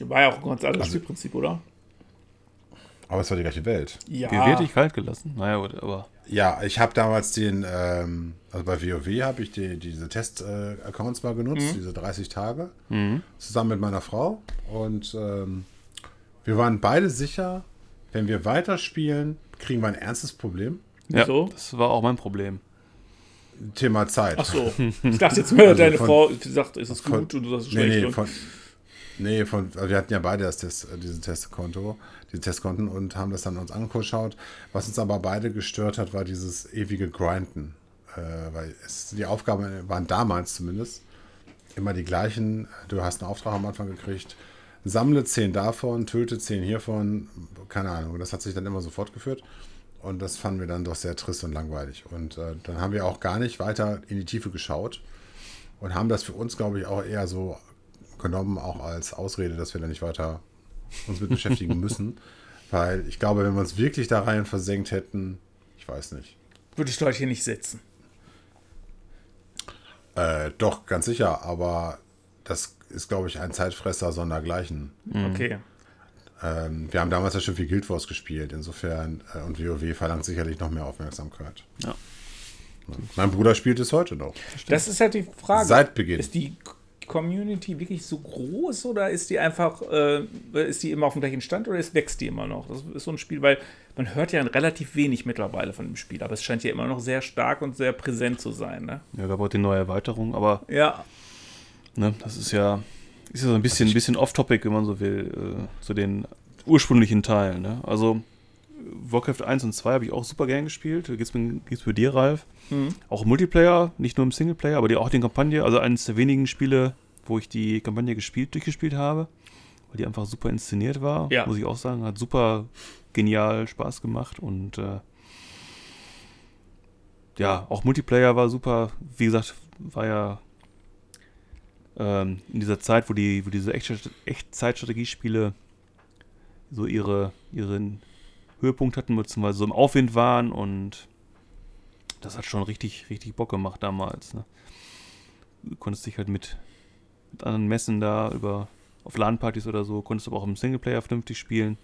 [SPEAKER 1] War ja auch ein ganz anderes
[SPEAKER 3] Also-
[SPEAKER 1] Spielprinzip, oder?
[SPEAKER 3] Aber es war die gleiche Welt.
[SPEAKER 1] Ja.
[SPEAKER 2] Wird dich kalt gelassen? Naja, gut, aber.
[SPEAKER 3] Ja, ich habe damals den, ähm, also bei WoW habe ich die, diese Test-Accounts mal
[SPEAKER 1] Mhm.
[SPEAKER 3] genutzt, diese 30 Tage, zusammen mit meiner Frau. Und ähm, wir waren beide sicher, wenn wir weiterspielen, kriegen wir ein ernstes Problem.
[SPEAKER 2] Ja,
[SPEAKER 1] Wieso?
[SPEAKER 2] Das war auch mein Problem.
[SPEAKER 3] Thema Zeit.
[SPEAKER 1] Ach so. Ich dachte jetzt mal, deine
[SPEAKER 3] Also von-
[SPEAKER 1] Frau sagt, es ist
[SPEAKER 3] Von-
[SPEAKER 1] gut und du sagst es ist
[SPEAKER 3] nee,
[SPEAKER 1] schlecht.
[SPEAKER 3] nee,
[SPEAKER 1] und
[SPEAKER 3] von, nee, von, also wir hatten ja beide das Test, äh, diesen Testkonto, diese Testkonten und haben das dann uns angeschaut. Was uns aber beide gestört hat, war dieses ewige Grinden. Äh, weil es, die Aufgaben waren damals zumindest immer die gleichen. Du hast einen Auftrag am Anfang gekriegt, sammle 10 davon, töte 10 hiervon, keine Ahnung. Das hat sich dann immer so fortgeführt. Und das fanden wir dann doch sehr trist und langweilig. Und äh, dann haben wir auch gar nicht weiter in die Tiefe geschaut und haben das für uns, glaube ich, auch eher so genommen, auch als Ausrede, dass wir da nicht weiter uns mit beschäftigen müssen. Weil ich glaube, wenn wir uns wirklich da rein versenkt hätten, ich weiß nicht.
[SPEAKER 1] würdest du halt hier nicht sitzen.
[SPEAKER 3] Äh, doch, ganz sicher, aber das ist, glaube ich, ein Zeitfresser sondergleichen.
[SPEAKER 1] Okay.
[SPEAKER 3] Ähm, wir haben damals ja schon viel Guild Wars gespielt, insofern, äh, und WoW verlangt sicherlich noch mehr Aufmerksamkeit.
[SPEAKER 2] Ja.
[SPEAKER 3] Mein Bruder spielt es heute noch.
[SPEAKER 1] Das ist halt die Frage.
[SPEAKER 3] Seit Beginn.
[SPEAKER 1] Ist die Community wirklich so groß oder ist die einfach, äh, ist die immer auf dem gleichen Stand oder ist, wächst die immer noch? Das ist so ein Spiel, weil man hört ja relativ wenig mittlerweile von dem Spiel, aber es scheint ja immer noch sehr stark und sehr präsent zu sein. Ne?
[SPEAKER 2] Ja, gab auch die neue Erweiterung, aber
[SPEAKER 1] Ja,
[SPEAKER 2] ne, das ist ja, ist ja so ein bisschen, ein bisschen off-topic, wenn man so will, äh, zu den ursprünglichen Teil. Ne? Also Warcraft 1 und 2 habe ich auch super gern gespielt. Geht's mir, geht's mir dir, Ralf. Auch im Multiplayer, nicht nur im Singleplayer, aber die, auch die Kampagne. Also eines der wenigen Spiele, wo ich die Kampagne gespielt, durchgespielt habe, weil die einfach super inszeniert war.
[SPEAKER 1] Ja.
[SPEAKER 2] Muss ich auch sagen, hat super genial Spaß gemacht und äh, ja, auch Multiplayer war super. Wie gesagt, war ja ähm, in dieser Zeit, wo, die, wo diese Echtzeit- Echtzeitstrategiespiele so ihre, ihren Höhepunkt hatten, beziehungsweise so im Aufwind waren und das hat schon richtig, richtig Bock gemacht damals. Ne? Du konntest dich halt mit, mit anderen Messen da über auf LAN-Partys oder so, konntest aber auch im Singleplayer vernünftig spielen.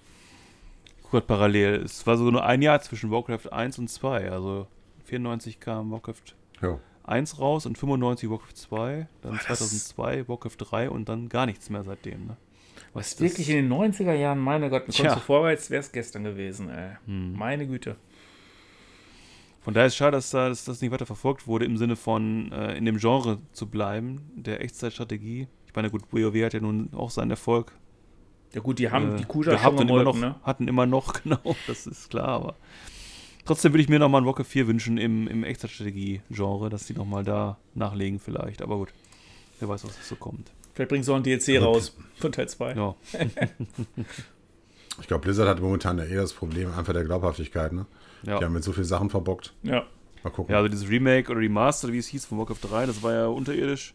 [SPEAKER 2] Ich guck grad parallel. Es war so nur ein Jahr zwischen Warcraft 1 und 2. Also 94 kam Warcraft
[SPEAKER 3] Jo.
[SPEAKER 2] 1 raus und 95 Warcraft 2, dann
[SPEAKER 1] das-
[SPEAKER 2] 2002 Warcraft 3 und dann gar nichts mehr seitdem. Ne?
[SPEAKER 1] Was
[SPEAKER 2] Das-
[SPEAKER 1] wirklich in den 90er Jahren, meine Gott, mir
[SPEAKER 2] Tja.
[SPEAKER 1] kommst du vorwärts, wäre es gestern gewesen, ey. Meine Güte.
[SPEAKER 2] Von daher ist es schade, dass, da, dass das nicht weiter verfolgt wurde, im Sinne von äh, in dem Genre zu bleiben, der Echtzeitstrategie. Ich meine, gut, WoW hat ja nun auch seinen Erfolg.
[SPEAKER 1] Ja gut, die haben
[SPEAKER 2] äh,
[SPEAKER 1] die Kuja
[SPEAKER 2] gehabt
[SPEAKER 1] schon
[SPEAKER 2] und immer
[SPEAKER 1] gemolken,
[SPEAKER 2] noch,
[SPEAKER 1] ne?
[SPEAKER 2] hatten immer noch, genau, das ist klar, aber trotzdem würde ich mir nochmal ein Rocket 4 wünschen im, im Echtzeitstrategie-Genre, dass die nochmal da nachlegen vielleicht, aber gut, wer weiß, was so kommt.
[SPEAKER 1] Vielleicht bringst du auch ein DLC raus von Teil 2.
[SPEAKER 2] Ja,
[SPEAKER 3] Ich glaube, Blizzard hat momentan ja eh das Problem einfach der Glaubhaftigkeit, ne?
[SPEAKER 2] ja.
[SPEAKER 3] Die haben mit so vielen Sachen verbockt.
[SPEAKER 1] ja.
[SPEAKER 3] Mal gucken.
[SPEAKER 2] Ja, also dieses Remake oder Remaster, wie es hieß, von Walk of 3, das war ja unterirdisch.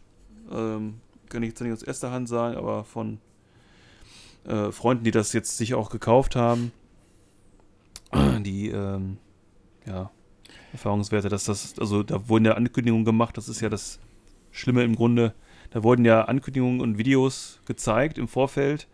[SPEAKER 2] Ähm, kann ich jetzt nicht aus erster Hand sagen, aber von äh, Freunden, die das jetzt sich auch gekauft haben, die ähm, ja, Erfahrungswerte, dass das, also da wurden ja Ankündigungen gemacht, das ist ja das Schlimme im Grunde. Da wurden ja Ankündigungen und Videos gezeigt im Vorfeld,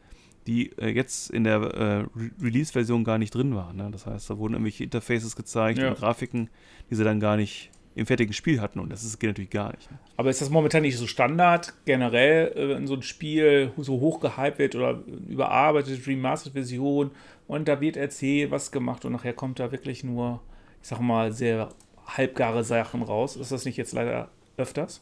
[SPEAKER 2] die äh, jetzt in der äh, Re- Release-Version gar nicht drin waren. Ne? Das heißt, da wurden irgendwelche Interfaces gezeigt
[SPEAKER 1] Ja.
[SPEAKER 2] und Grafiken, die sie dann gar nicht im fertigen Spiel hatten. Und das ist, geht natürlich gar nicht. Ne?
[SPEAKER 1] Aber ist das momentan nicht so Standard, generell, äh, wenn so ein Spiel so hoch gehypt wird oder überarbeitet, Remastered-Version und da wird erzählt, was gemacht und nachher kommt da wirklich nur, ich sag mal, sehr halbgare Sachen raus. Ist das nicht jetzt leider öfters?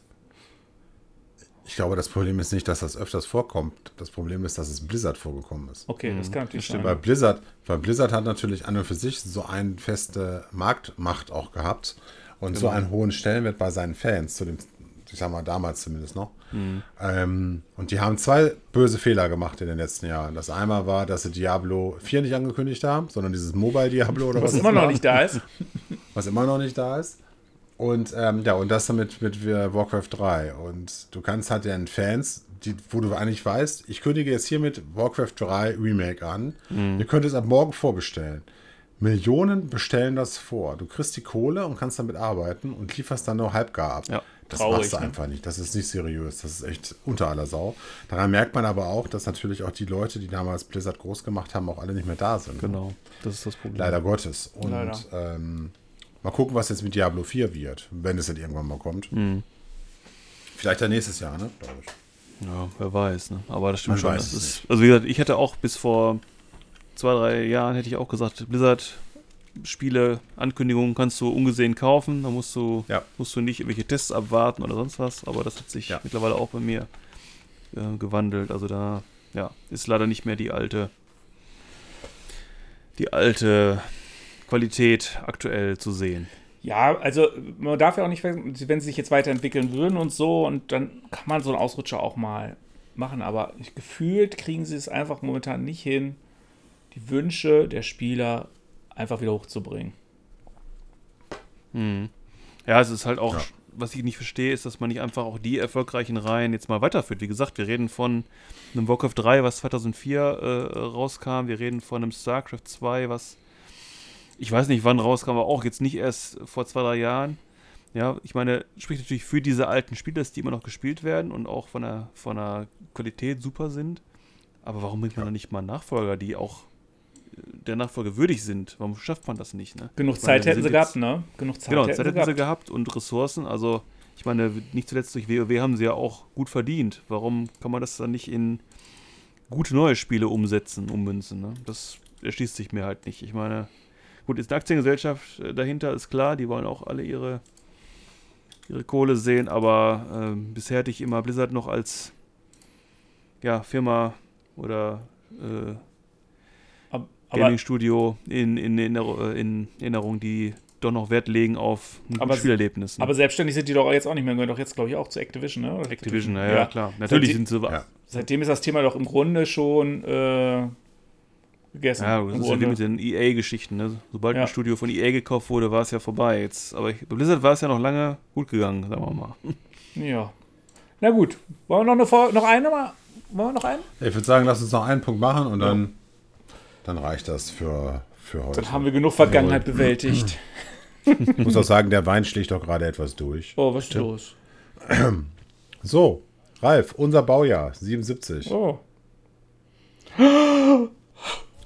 [SPEAKER 3] Ich glaube, das Problem ist nicht, dass das öfters vorkommt. Das Problem ist, dass es Blizzard vorgekommen ist.
[SPEAKER 1] Okay, das kann natürlich
[SPEAKER 2] stimmt.
[SPEAKER 3] Weil
[SPEAKER 1] sein.
[SPEAKER 3] Blizzard, weil Blizzard hat natürlich an und für sich so eine feste Marktmacht auch gehabt und
[SPEAKER 1] Genau.
[SPEAKER 3] so einen hohen Stellenwert bei seinen Fans, zu dem, ich sag mal, damals zumindest noch.
[SPEAKER 1] Mhm.
[SPEAKER 3] Ähm, und die haben zwei böse Fehler gemacht in den letzten Jahren. Das einmal war, dass sie Diablo 4 nicht angekündigt haben, sondern dieses Mobile Diablo oder was,
[SPEAKER 1] Was
[SPEAKER 3] es
[SPEAKER 1] immer
[SPEAKER 3] war,
[SPEAKER 1] noch nicht da ist.
[SPEAKER 3] was immer noch nicht da ist. Und ähm, ja, und das damit mit äh, Warcraft 3. Und du kannst halt deinen Fans, die, wo du eigentlich weißt, ich kündige jetzt hiermit Warcraft 3 Remake an. Ihr könnt es ab morgen vorbestellen. Millionen bestellen das vor. Du kriegst die Kohle und kannst damit arbeiten und lieferst dann nur halbgar ab.
[SPEAKER 2] Ja,
[SPEAKER 3] das
[SPEAKER 1] traurig,
[SPEAKER 3] machst du
[SPEAKER 1] ne?
[SPEAKER 3] einfach nicht. Das ist nicht seriös. Das ist echt unter aller Sau. Daran merkt man aber auch, dass natürlich auch die Leute, die damals Blizzard groß gemacht haben, auch alle nicht mehr da sind.
[SPEAKER 2] Genau, das ist das Problem.
[SPEAKER 3] Leider Gottes. Und
[SPEAKER 1] Leider.
[SPEAKER 3] Ähm, mal gucken, was jetzt mit Diablo 4 wird, wenn es denn irgendwann mal kommt. Vielleicht dann nächstes Jahr, ne? Glaub ich.
[SPEAKER 2] Ja, wer weiß, ne? Aber das stimmt
[SPEAKER 3] Man
[SPEAKER 2] schon.
[SPEAKER 3] weiß
[SPEAKER 2] das
[SPEAKER 3] es
[SPEAKER 2] ist, also wie gesagt, ich hätte auch bis vor zwei, drei Jahren hätte ich auch gesagt, Blizzard Spiele, Ankündigungen kannst du ungesehen kaufen, da musst du,
[SPEAKER 3] Ja.
[SPEAKER 2] musst du nicht irgendwelche Tests abwarten oder sonst was, aber das hat sich
[SPEAKER 3] Ja.
[SPEAKER 2] mittlerweile auch bei mir äh, gewandelt. Also da, ja, ist leider nicht mehr die alte, die alte Qualität aktuell zu sehen.
[SPEAKER 1] Ja, also man darf ja auch nicht vergessen, wenn sie sich jetzt weiterentwickeln würden und so, und dann kann man so einen Ausrutscher auch mal machen. Aber ich- gefühlt kriegen sie es einfach momentan nicht hin, die Wünsche der Spieler einfach wieder hochzubringen.
[SPEAKER 2] Ja, es ist halt auch,
[SPEAKER 3] Ja.
[SPEAKER 2] was ich nicht verstehe, ist, dass man nicht einfach auch die erfolgreichen Reihen jetzt mal weiterführt. Wie gesagt, wir reden von einem Warcraft 3, was 2004 äh, rauskam. Wir reden von einem StarCraft 2, was ich weiß nicht wann rauskam, aber auch jetzt nicht erst vor zwei, drei Jahren. Ja, ich meine, spricht natürlich für diese alten Spiele, dass die immer noch gespielt werden und auch von der, von der Qualität super sind. Aber warum bringt man da nicht mal Nachfolger, die auch äh, der Nachfolge würdig sind? Warum schafft man das nicht? Ne?
[SPEAKER 1] Genug
[SPEAKER 2] Ich meine,
[SPEAKER 1] Zeit
[SPEAKER 2] wir
[SPEAKER 1] hätten
[SPEAKER 2] sind
[SPEAKER 1] sie
[SPEAKER 2] jetzt-
[SPEAKER 1] gehabt, ne? Genug Zeit,
[SPEAKER 2] Genau,
[SPEAKER 1] hätten,
[SPEAKER 2] Zeit
[SPEAKER 1] sie
[SPEAKER 2] hätten sie
[SPEAKER 1] gehabt.
[SPEAKER 2] gehabt und Ressourcen. Also, ich meine, nicht zuletzt durch WoW haben sie ja auch gut verdient. Warum kann man das dann nicht in gute neue Spiele umsetzen, ummünzen? Ne? Das erschließt sich mir halt nicht. Ich meine, gut, ist eine Aktiengesellschaft äh, dahinter, ist klar, die wollen auch alle ihre, ihre Kohle sehen, aber ähm, bisher hatte ich immer Blizzard noch als ja, Firma oder äh,
[SPEAKER 1] Aber-
[SPEAKER 2] Gaming-Studio in, in, Erinner- äh, in Erinnerung, die doch noch Wert legen auf ein
[SPEAKER 1] Aber-
[SPEAKER 2] gutes Spielerlebnis. ne?
[SPEAKER 1] Aber selbstständig sind die doch jetzt auch nicht mehr, gehören doch jetzt, glaube ich, auch zu Activision, ne? Oder
[SPEAKER 2] Activision, ja, ja, klar. Natürlich sind sie.
[SPEAKER 3] Ja.
[SPEAKER 1] Seitdem ist das Thema doch im Grunde schon äh, gegessen.
[SPEAKER 2] Ja, das
[SPEAKER 1] Im
[SPEAKER 2] ist ja wie
[SPEAKER 1] Grunde.
[SPEAKER 2] mit den EA-Geschichten. Ne? Sobald
[SPEAKER 1] Ja.
[SPEAKER 2] ein Studio von EA gekauft wurde, war es ja vorbei. Jetzt, aber ich, bei Blizzard war es ja noch lange gut gegangen, sagen wir mal.
[SPEAKER 1] ja. Na gut, wollen wir noch eine, Vor- noch eine mal? Wollen wir noch einen?
[SPEAKER 3] Ich würde sagen, lass uns noch einen Punkt machen und dann, dann reicht das für, für heute.
[SPEAKER 1] Dann haben wir genug Vergangenheit bewältigt.
[SPEAKER 3] Ich muss auch sagen, der Wein schlägt doch gerade etwas durch.
[SPEAKER 1] Oh, was ist los?
[SPEAKER 3] So, Ralf, unser Baujahr, 77.
[SPEAKER 1] Oh.
[SPEAKER 3] Oh,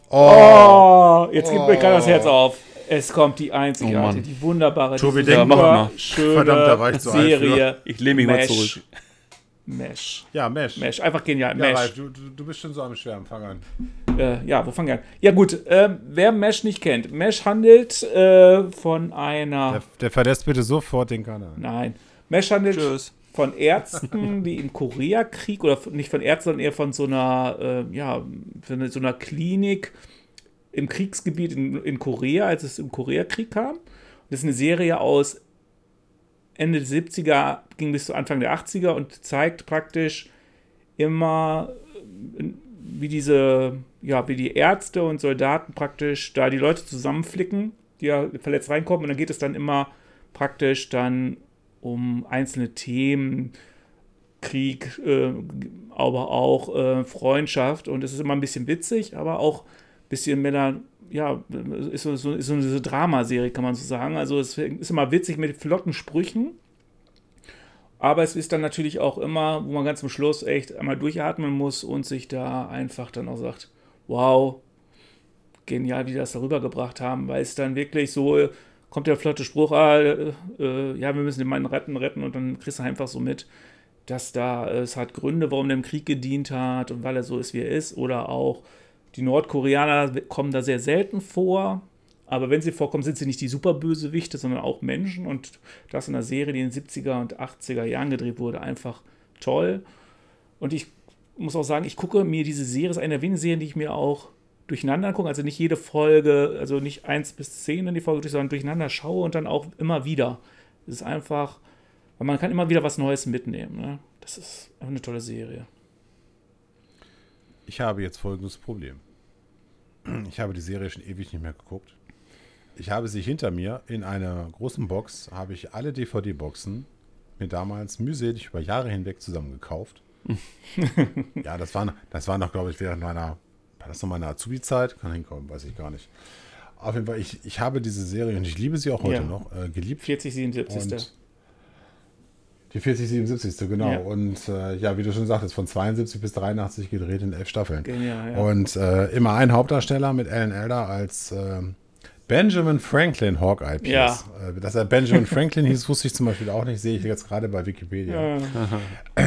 [SPEAKER 1] Oh, jetzt geht mir gerade das Herz auf. Es kommt die einzige,
[SPEAKER 2] Oh, Mann.
[SPEAKER 1] die wunderbare,
[SPEAKER 3] Tobi,
[SPEAKER 1] die
[SPEAKER 3] denk
[SPEAKER 2] mal.
[SPEAKER 1] super schöne
[SPEAKER 3] Verdammt, da war ich zu alt
[SPEAKER 1] Serie.
[SPEAKER 2] Ich lehne mich mal
[SPEAKER 1] Mesh.
[SPEAKER 2] zurück.
[SPEAKER 1] Mesh.
[SPEAKER 3] ja, Mesh.
[SPEAKER 1] Mesh, einfach genial.
[SPEAKER 3] Ja,
[SPEAKER 1] Mesh.
[SPEAKER 3] Ralf, du, du du bist schon so am Schwärmfangern.
[SPEAKER 1] äh, ja, wo fangen wir an? Ja, gut, ähm, wer Mesh nicht kennt, Mesh handelt äh, von einer.
[SPEAKER 3] Der, der verlässt bitte sofort den Kanal.
[SPEAKER 1] Nein. Mesh handelt
[SPEAKER 2] Tschüss.
[SPEAKER 1] von Ärzten, die im Koreakrieg oder von- nicht von Ärzten, sondern eher von so einer, äh, ja, von so einer Klinik im Kriegsgebiet in, in Korea, als es im Koreakrieg kam. Und das ist eine Serie aus Ende der 70er, ging bis zu Anfang der 80er und zeigt praktisch immer, äh, wie diese, ja, wie die Ärzte und Soldaten praktisch da die Leute zusammenflicken, die ja verletzt reinkommen. Und dann geht es dann immer praktisch dann um einzelne Themen, Krieg, äh, aber auch äh, Freundschaft. Und es ist immer ein bisschen witzig, aber auch ein bisschen melan ja, ist so, so, ist so eine Dramaserie, kann man so sagen. Also es ist immer witzig mit flotten Sprüchen. Aber es ist dann natürlich auch immer, wo man ganz zum Schluss echt einmal durchatmen muss und sich da einfach dann auch sagt, wow, genial, wie die das darüber gebracht haben, weil es dann wirklich so äh, kommt der flotte Spruch, ah, äh, äh, ja, wir müssen den Mann retten, retten und dann kriegst du einfach so mit, dass da äh, es hat Gründe, warum der im Krieg gedient hat und weil er so ist, wie er ist oder auch die Nordkoreaner kommen da sehr selten vor, aber wenn sie vorkommen, sind sie nicht die Superbösewichte, sondern auch Menschen und das in einer Serie, die in den 70er und 80er Jahren gedreht wurde, einfach toll und ich muss auch sagen, ich gucke mir diese Serie, ist eine der wenigen Serien, die ich mir auch durcheinander gucke, also nicht jede Folge, also nicht eins bis zehn in die Folge durch, sondern durcheinander schaue und dann auch immer wieder. Es ist einfach, weil man kann immer wieder was Neues mitnehmen. Ne? Das ist einfach eine tolle Serie.
[SPEAKER 3] Ich habe jetzt folgendes Problem. Ich habe die Serie schon ewig nicht mehr geguckt. Ich habe sie hinter mir in einer großen Box, habe ich alle DVD-Boxen mir damals mühselig über Jahre hinweg zusammengekauft. ja, das waren, das waren noch, glaube ich, während meiner, war das noch meine Azubi-Zeit? Kann hinkommen, weiß ich gar nicht. Auf jeden Fall, ich, ich habe diese Serie und ich liebe sie auch heute
[SPEAKER 1] Ja.
[SPEAKER 3] noch, äh, geliebt.
[SPEAKER 1] 40, 77.
[SPEAKER 3] Und die 4077. genau.
[SPEAKER 1] Ja.
[SPEAKER 3] Und äh, ja, wie du schon sagtest, von 72 bis 83 gedreht in elf Staffeln.
[SPEAKER 1] Genial, ja.
[SPEAKER 3] Und äh, immer ein Hauptdarsteller mit Alan Elder als ähm, Benjamin Franklin Hawkeye. Pierce.
[SPEAKER 1] Ja.
[SPEAKER 3] Äh, dass er Benjamin Franklin hieß, wusste ich zum Beispiel auch nicht, sehe ich jetzt gerade bei Wikipedia.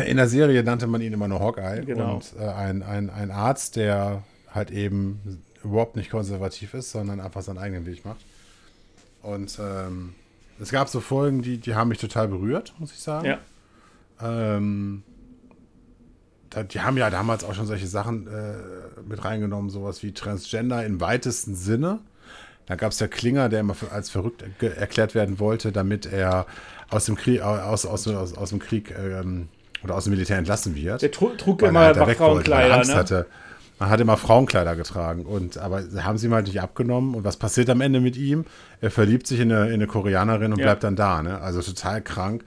[SPEAKER 3] In der Serie nannte man ihn immer nur Hawkeye.
[SPEAKER 1] Genau.
[SPEAKER 3] Und äh, ein, ein, ein Arzt, der halt eben überhaupt nicht konservativ ist, sondern einfach seinen eigenen Weg macht. Und ähm, es gab so Folgen, die, die haben mich total berührt, muss ich sagen.
[SPEAKER 1] Ja,
[SPEAKER 3] Ähm, da, die haben ja damals auch schon solche Sachen äh, mit reingenommen, sowas wie Transgender im weitesten Sinne. Da gab es ja Klinger, der immer für- als verrückt ge- erklärt werden wollte, damit er aus dem Krieg, aus, aus, aus, aus dem Krieg ähm, oder aus dem Militär entlassen wird.
[SPEAKER 1] Der tru- trug
[SPEAKER 3] Weil er
[SPEAKER 1] immer
[SPEAKER 3] halt da weg wollte, weil er
[SPEAKER 1] Frauenkleider,
[SPEAKER 3] Angst
[SPEAKER 1] ne?
[SPEAKER 3] hatte. Man hat immer Frauenkleider getragen. Und, aber haben sie ihm halt nicht abgenommen. Und was passiert am Ende mit ihm? Er verliebt sich in eine, in eine Koreanerin und
[SPEAKER 1] Ja.
[SPEAKER 3] bleibt dann da. Ne? Also total krank.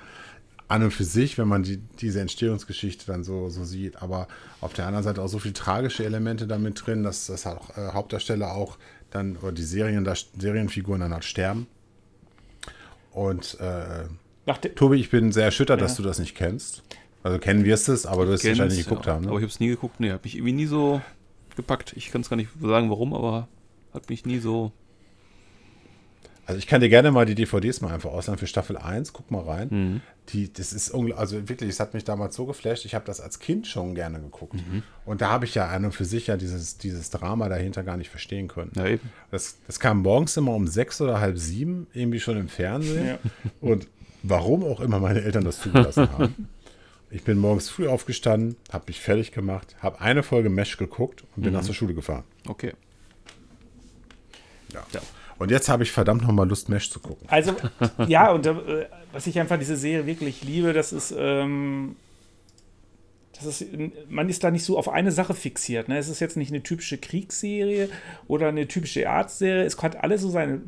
[SPEAKER 3] An und für sich, wenn man die, diese Entstehungsgeschichte dann so, so sieht. Aber auf der anderen Seite auch so viele tragische Elemente damit drin, dass, dass auch, äh, Hauptdarsteller auch dann, oder die Serien, Serienfiguren dann halt sterben. Und äh,
[SPEAKER 1] Nach de-
[SPEAKER 3] Tobi, ich bin sehr erschüttert, dass du das nicht kennst. Also kennen wirst es, aber du wirst es
[SPEAKER 2] Kennst,
[SPEAKER 3] wahrscheinlich nicht geguckt
[SPEAKER 2] ja.
[SPEAKER 3] haben. Ne?
[SPEAKER 2] Aber ich habe es nie geguckt. Nee, hat mich irgendwie nie so gepackt. Ich kann es gar nicht sagen, warum, aber hat mich nie so.
[SPEAKER 3] Also ich kann dir gerne mal die DVDs mal einfach ausleihen für Staffel 1, guck mal rein.
[SPEAKER 2] Mhm.
[SPEAKER 3] Die, das ist ungl- also wirklich, es hat mich damals so geflasht, ich habe das als Kind schon gerne geguckt.
[SPEAKER 2] Mhm.
[SPEAKER 3] Und da habe ich ja an und für sich ja dieses, dieses Drama dahinter gar nicht verstehen können.
[SPEAKER 2] Ja, eben.
[SPEAKER 3] Das, das kam morgens immer um sechs oder halb sieben, irgendwie schon im Fernsehen.
[SPEAKER 1] Ja.
[SPEAKER 3] Und warum auch immer meine Eltern das zugelassen haben. Ich bin morgens früh aufgestanden,
[SPEAKER 2] Mhm.
[SPEAKER 3] habe mich fertig gemacht, habe eine Folge Mesh geguckt und bin nach zur Schule gefahren.
[SPEAKER 2] Okay.
[SPEAKER 3] Ja. Und jetzt habe ich verdammt nochmal Lust, Mesh zu gucken.
[SPEAKER 1] Also, ja, und äh, was ich einfach diese Serie wirklich liebe, das ist, ähm, das ist, man ist da nicht so auf eine Sache fixiert. Ne? Es ist jetzt nicht eine typische Kriegsserie oder eine typische Arztserie. Es hat alles so seine,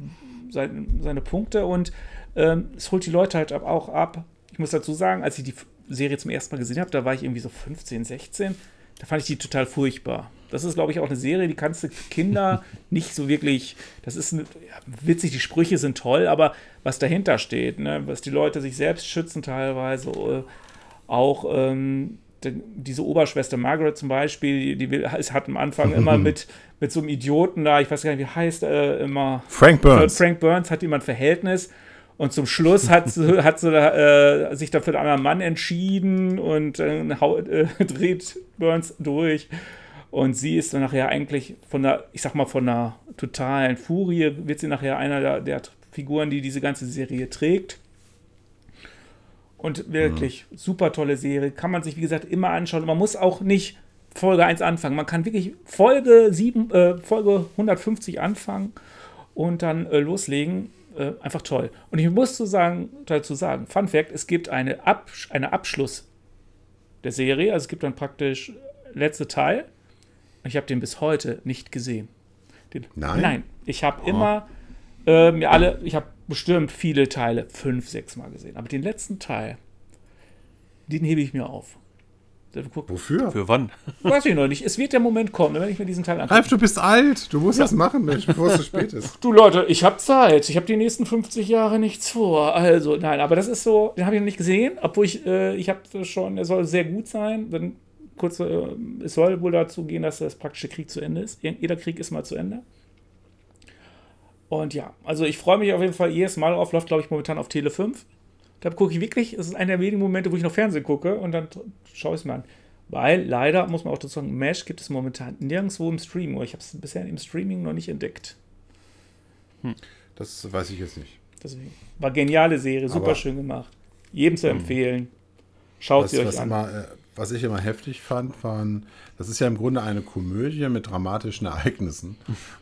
[SPEAKER 1] seine, seine Punkte und ähm, es holt die Leute halt ab- auch ab. Ich muss dazu sagen, als ich die F- Serie zum ersten Mal gesehen habe, da war ich irgendwie so 15, 16. Da fand ich die total furchtbar. Das ist, glaube ich, auch eine Serie, die kannst du Kinder nicht so wirklich. Das ist eine, ja, witzig, die Sprüche sind toll, aber was dahinter steht, ne? was die Leute sich selbst schützen teilweise, äh, auch ähm, de- diese Oberschwester Margaret zum Beispiel, die, die will, es hat am Anfang immer mit, mit so einem Idioten da, ich weiß gar nicht, wie heißt äh, immer.
[SPEAKER 3] Frank Burns.
[SPEAKER 1] Frank Burns hat jemand Verhältnis und zum Schluss hat, sie- hat sie da, äh, sich dann für einen anderen Mann entschieden und dann hau- äh, dreht Burns durch. Und sie ist dann nachher eigentlich von der, ich sag mal, von einer totalen Furie, wird sie nachher einer der, der Figuren, die diese ganze Serie trägt. Und wirklich super tolle Serie. Kann man sich, wie gesagt, immer anschauen. Und Man muss auch nicht Folge 1 anfangen. Man kann wirklich Folge, 7, äh, Folge 150 anfangen und dann äh, loslegen. Äh, einfach toll. Und ich muss zu sagen, dazu sagen, Fun Fact, es gibt eine Absch eine Abschluss der Serie. Also es gibt dann praktisch letzte Teil. Und ich habe den bis heute nicht gesehen. Den,
[SPEAKER 3] Nein?
[SPEAKER 1] Nein. Ich habe immer äh, mir alle, ich habe bestimmt viele Teile, fünf, sechs Mal gesehen. Aber den letzten Teil, den hebe ich mir auf. Da guck-
[SPEAKER 3] Wofür?
[SPEAKER 2] Für wann?
[SPEAKER 1] Weiß ich noch nicht. Es wird der Moment kommen, wenn ich mir diesen Teil angucke.
[SPEAKER 3] Ralf, du bist alt. Du musst das machen, Mensch, bevor es zu spät ist.
[SPEAKER 1] Du Leute, ich habe Zeit. Ich habe die nächsten 50 Jahre nichts vor. Also, nein, aber das ist so, den habe ich noch nicht gesehen, obwohl ich, äh, ich habe schon, er soll sehr gut sein. Dann kurz, äh, es soll wohl dazu gehen, dass das praktische Krieg zu Ende ist. Ir- Jeder Krieg ist mal zu Ende. Und ja, also ich freue mich auf jeden Fall jedes Mal auf, läuft glaube ich momentan auf Tele 5. Da gucke ich wirklich, es ist einer der wenigen Momente, wo ich noch Fernsehen gucke und dann schaue ich es mir an. Weil leider, muss man auch dazu sagen, Mesh gibt es momentan nirgendwo im Stream. Ich habe es bisher im Streaming noch nicht entdeckt.
[SPEAKER 3] Das weiß ich jetzt nicht.
[SPEAKER 1] Deswegen. War geniale Serie, super
[SPEAKER 3] Aber- Hm.
[SPEAKER 1] schön gemacht. Jedem zu empfehlen. Schaut
[SPEAKER 3] Was,
[SPEAKER 1] sie euch
[SPEAKER 3] was,
[SPEAKER 1] an.
[SPEAKER 3] immer, äh, was ich immer heftig fand, waren, das ist ja im Grunde eine Komödie mit dramatischen Ereignissen.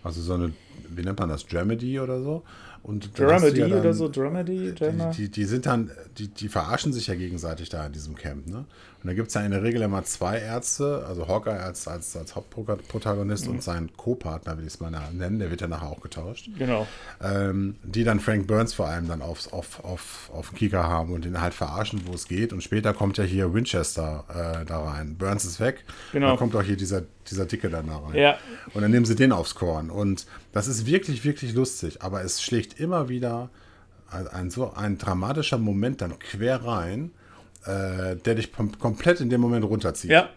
[SPEAKER 3] Also so eine, wie nennt man das, Dramedy oder so? Und dann hast du
[SPEAKER 1] Dramedy
[SPEAKER 3] ja dann-
[SPEAKER 1] oder so, Dramedy, Drama.
[SPEAKER 3] Die, die, die sind dann, die, die verarschen sich ja gegenseitig da in diesem Camp, ne? Und da gibt es ja in der Regel immer zwei Ärzte, also Hawkeye als, als, als Hauptprotagonist
[SPEAKER 1] Mhm.
[SPEAKER 3] und sein Co-Partner, will ich es mal nennen, der wird ja nachher auch getauscht
[SPEAKER 1] Genau.
[SPEAKER 3] ähm, die dann Frank Burns vor allem dann aufs, auf, auf, auf den Kicker haben und den halt verarschen, wo es geht. Und später kommt ja hier Winchester äh, da rein. Burns ist weg.
[SPEAKER 1] Genau.
[SPEAKER 3] Und Dann kommt auch hier dieser, dieser Dicke dann da rein.
[SPEAKER 1] Ja.
[SPEAKER 3] Und dann nehmen sie den aufs Korn. Und das ist wirklich, wirklich lustig. Aber es schlägt immer wieder ein, ein, so ein dramatischer Moment dann quer rein, äh, der dich kom komplett in dem Moment runterzieht.
[SPEAKER 1] Ja,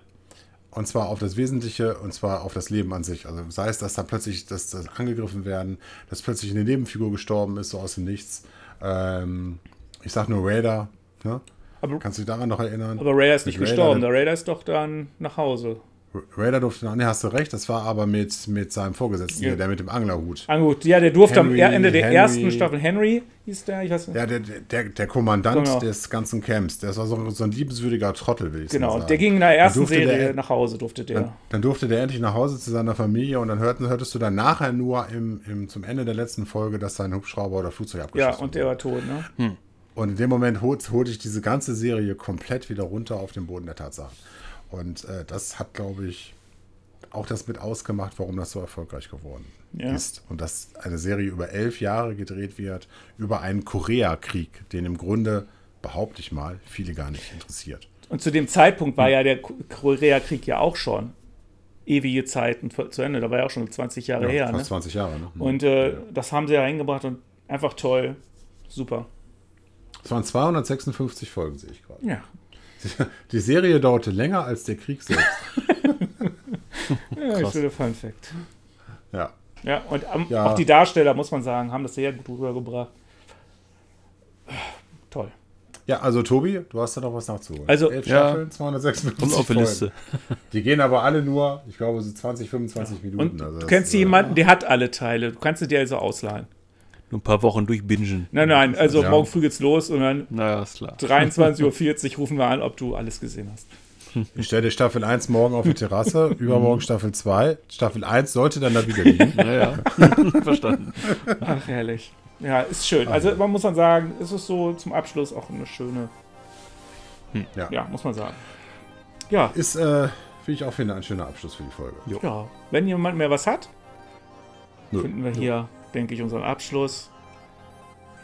[SPEAKER 3] Und zwar auf das Wesentliche und zwar auf das Leben an sich. Also sei es, dass da plötzlich dass das angegriffen werden, dass plötzlich eine Nebenfigur gestorben ist, so aus dem Nichts. Ähm, ich sag nur Raider. Ne?
[SPEAKER 1] Aber-
[SPEAKER 3] Kannst du dich daran noch erinnern?
[SPEAKER 1] aber Raider ist nicht
[SPEAKER 3] Mit
[SPEAKER 1] gestorben. ne?
[SPEAKER 3] Raider,
[SPEAKER 1] Der Raider ist doch dann nach Hause.
[SPEAKER 3] Raider durfte noch, nee, hast du recht, das war aber mit, mit seinem Vorgesetzten,
[SPEAKER 1] Ja. Ah.
[SPEAKER 3] hier, der mit dem Anglerhut.
[SPEAKER 1] Angut, ja, der durfte
[SPEAKER 3] Henry,
[SPEAKER 1] am Ende der
[SPEAKER 3] Henry.
[SPEAKER 1] ersten Staffel, Henry hieß der, ich weiß nicht.
[SPEAKER 3] Ja, der, der- der, der Kommandant
[SPEAKER 1] Genau.
[SPEAKER 3] des ganzen Camps, der war so, so ein liebenswürdiger Trottel, will ich mal
[SPEAKER 1] genau,
[SPEAKER 3] sagen.
[SPEAKER 1] der ging in der
[SPEAKER 3] Dann
[SPEAKER 1] ersten
[SPEAKER 3] durfte
[SPEAKER 1] Serie
[SPEAKER 3] der-
[SPEAKER 1] nach Hause, durfte der.
[SPEAKER 3] Dann, dann durfte der endlich nach Hause zu seiner Familie und dann hörten, hörtest du dann nachher nur im, im, zum Ende der letzten Folge, dass sein Hubschrauber oder Flugzeug abgeschossen
[SPEAKER 1] ja, und der war tot, ne?
[SPEAKER 3] Und in dem Moment holt, holt ich diese ganze Serie komplett wieder runter auf den Boden der Tatsachen. Und äh, das hat, glaube ich, auch das mit ausgemacht, warum das so erfolgreich geworden
[SPEAKER 1] Ja.
[SPEAKER 3] ist. Und dass eine Serie über elf Jahre gedreht wird, über einen Koreakrieg, den im Grunde, behaupte ich mal, viele gar nicht interessiert.
[SPEAKER 1] Und zu dem Zeitpunkt
[SPEAKER 3] Hm.
[SPEAKER 1] war ja der Ko- Koreakrieg ja auch schon ewige Zeiten vor- zu Ende. Da war ja auch schon 20 Jahre her,
[SPEAKER 3] fast
[SPEAKER 1] ne?
[SPEAKER 3] 20 Jahre. Ne?
[SPEAKER 1] Und äh, das haben sie ja reingebracht und einfach toll. Super.
[SPEAKER 3] es waren 256 Folgen, sehe ich gerade.
[SPEAKER 1] Ja.
[SPEAKER 3] Die Serie dauerte länger als der Krieg selbst.
[SPEAKER 1] Ja, ist wieder Fun Fact.
[SPEAKER 3] ja.
[SPEAKER 1] Ja, und am,
[SPEAKER 3] Ja.
[SPEAKER 1] auch die Darsteller, muss man sagen, haben das sehr gut rübergebracht. Toll.
[SPEAKER 3] ja, also Tobi, du hast da noch was nachzuholen.
[SPEAKER 1] Also,
[SPEAKER 3] Elf
[SPEAKER 2] ja.
[SPEAKER 3] Staffeln, 256
[SPEAKER 2] Kommt auf die
[SPEAKER 3] Folgen.
[SPEAKER 2] Liste.
[SPEAKER 3] Die gehen aber alle nur, ich glaube, so 20, 25 Minuten.
[SPEAKER 1] Und
[SPEAKER 3] also
[SPEAKER 1] du
[SPEAKER 3] das,
[SPEAKER 1] kennst
[SPEAKER 3] äh,
[SPEAKER 1] jemanden, der hat alle Teile. Du kannst sie dir also ausleihen.
[SPEAKER 2] Nur ein paar Wochen durchbingen.
[SPEAKER 1] Nein, nein, also
[SPEAKER 3] Ja.
[SPEAKER 1] morgen früh geht's los und dann
[SPEAKER 2] Naja, ist klar.
[SPEAKER 1] 23.40 Uhr rufen wir an, ob du alles gesehen hast.
[SPEAKER 3] Ich stelle Staffel 1 morgen auf die Terrasse, übermorgen Staffel 2. Staffel 1 sollte dann da wieder liegen.
[SPEAKER 2] Naja, verstanden.
[SPEAKER 1] Ach, herrlich. Ja, ist schön. Also man muss dann sagen, es ist so zum Abschluss auch eine schöne,
[SPEAKER 3] Hm. Ja.
[SPEAKER 1] ja, muss man sagen. Ja,
[SPEAKER 3] Ist, äh, finde ich auch finde, ein schöner Abschluss für die Folge.
[SPEAKER 1] ja. wenn jemand mehr was hat,
[SPEAKER 3] Nö.
[SPEAKER 1] finden wir hier, denke ich, unseren Abschluss.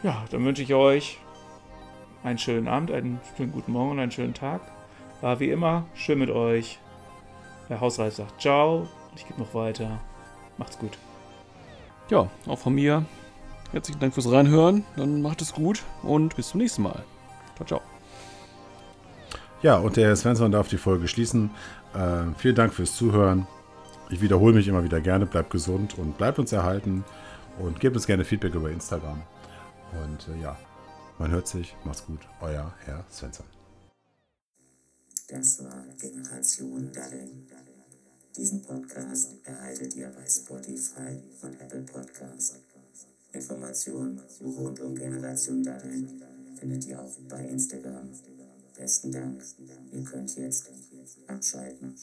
[SPEAKER 1] Ja, dann wünsche ich euch einen schönen Abend, einen schönen guten Morgen und einen schönen Tag. War wie immer schön mit euch. Herr Hausreif sagt Ciao. Ich gebe noch weiter. Macht's gut.
[SPEAKER 2] Ja, auch von mir. Herzlichen Dank fürs Reinhören. Dann macht es gut und bis zum nächsten Mal. Ciao, ciao.
[SPEAKER 3] Ja, und der Herr Svensson darf die Folge schließen. Äh, vielen Dank fürs Zuhören. Ich wiederhole mich immer wieder gerne. Bleibt gesund und bleibt uns erhalten. Und gebt uns gerne Feedback über Instagram. Und äh, ja, man hört sich. Macht's gut. Euer Herr Svensson.
[SPEAKER 4] Das war Generation Daddeln. Diesen Podcast erhaltet ihr bei Spotify und Apple Podcasts. Informationen rund um Generation Daddeln findet ihr auch bei Instagram. Besten Dank. Ihr könnt jetzt abschalten.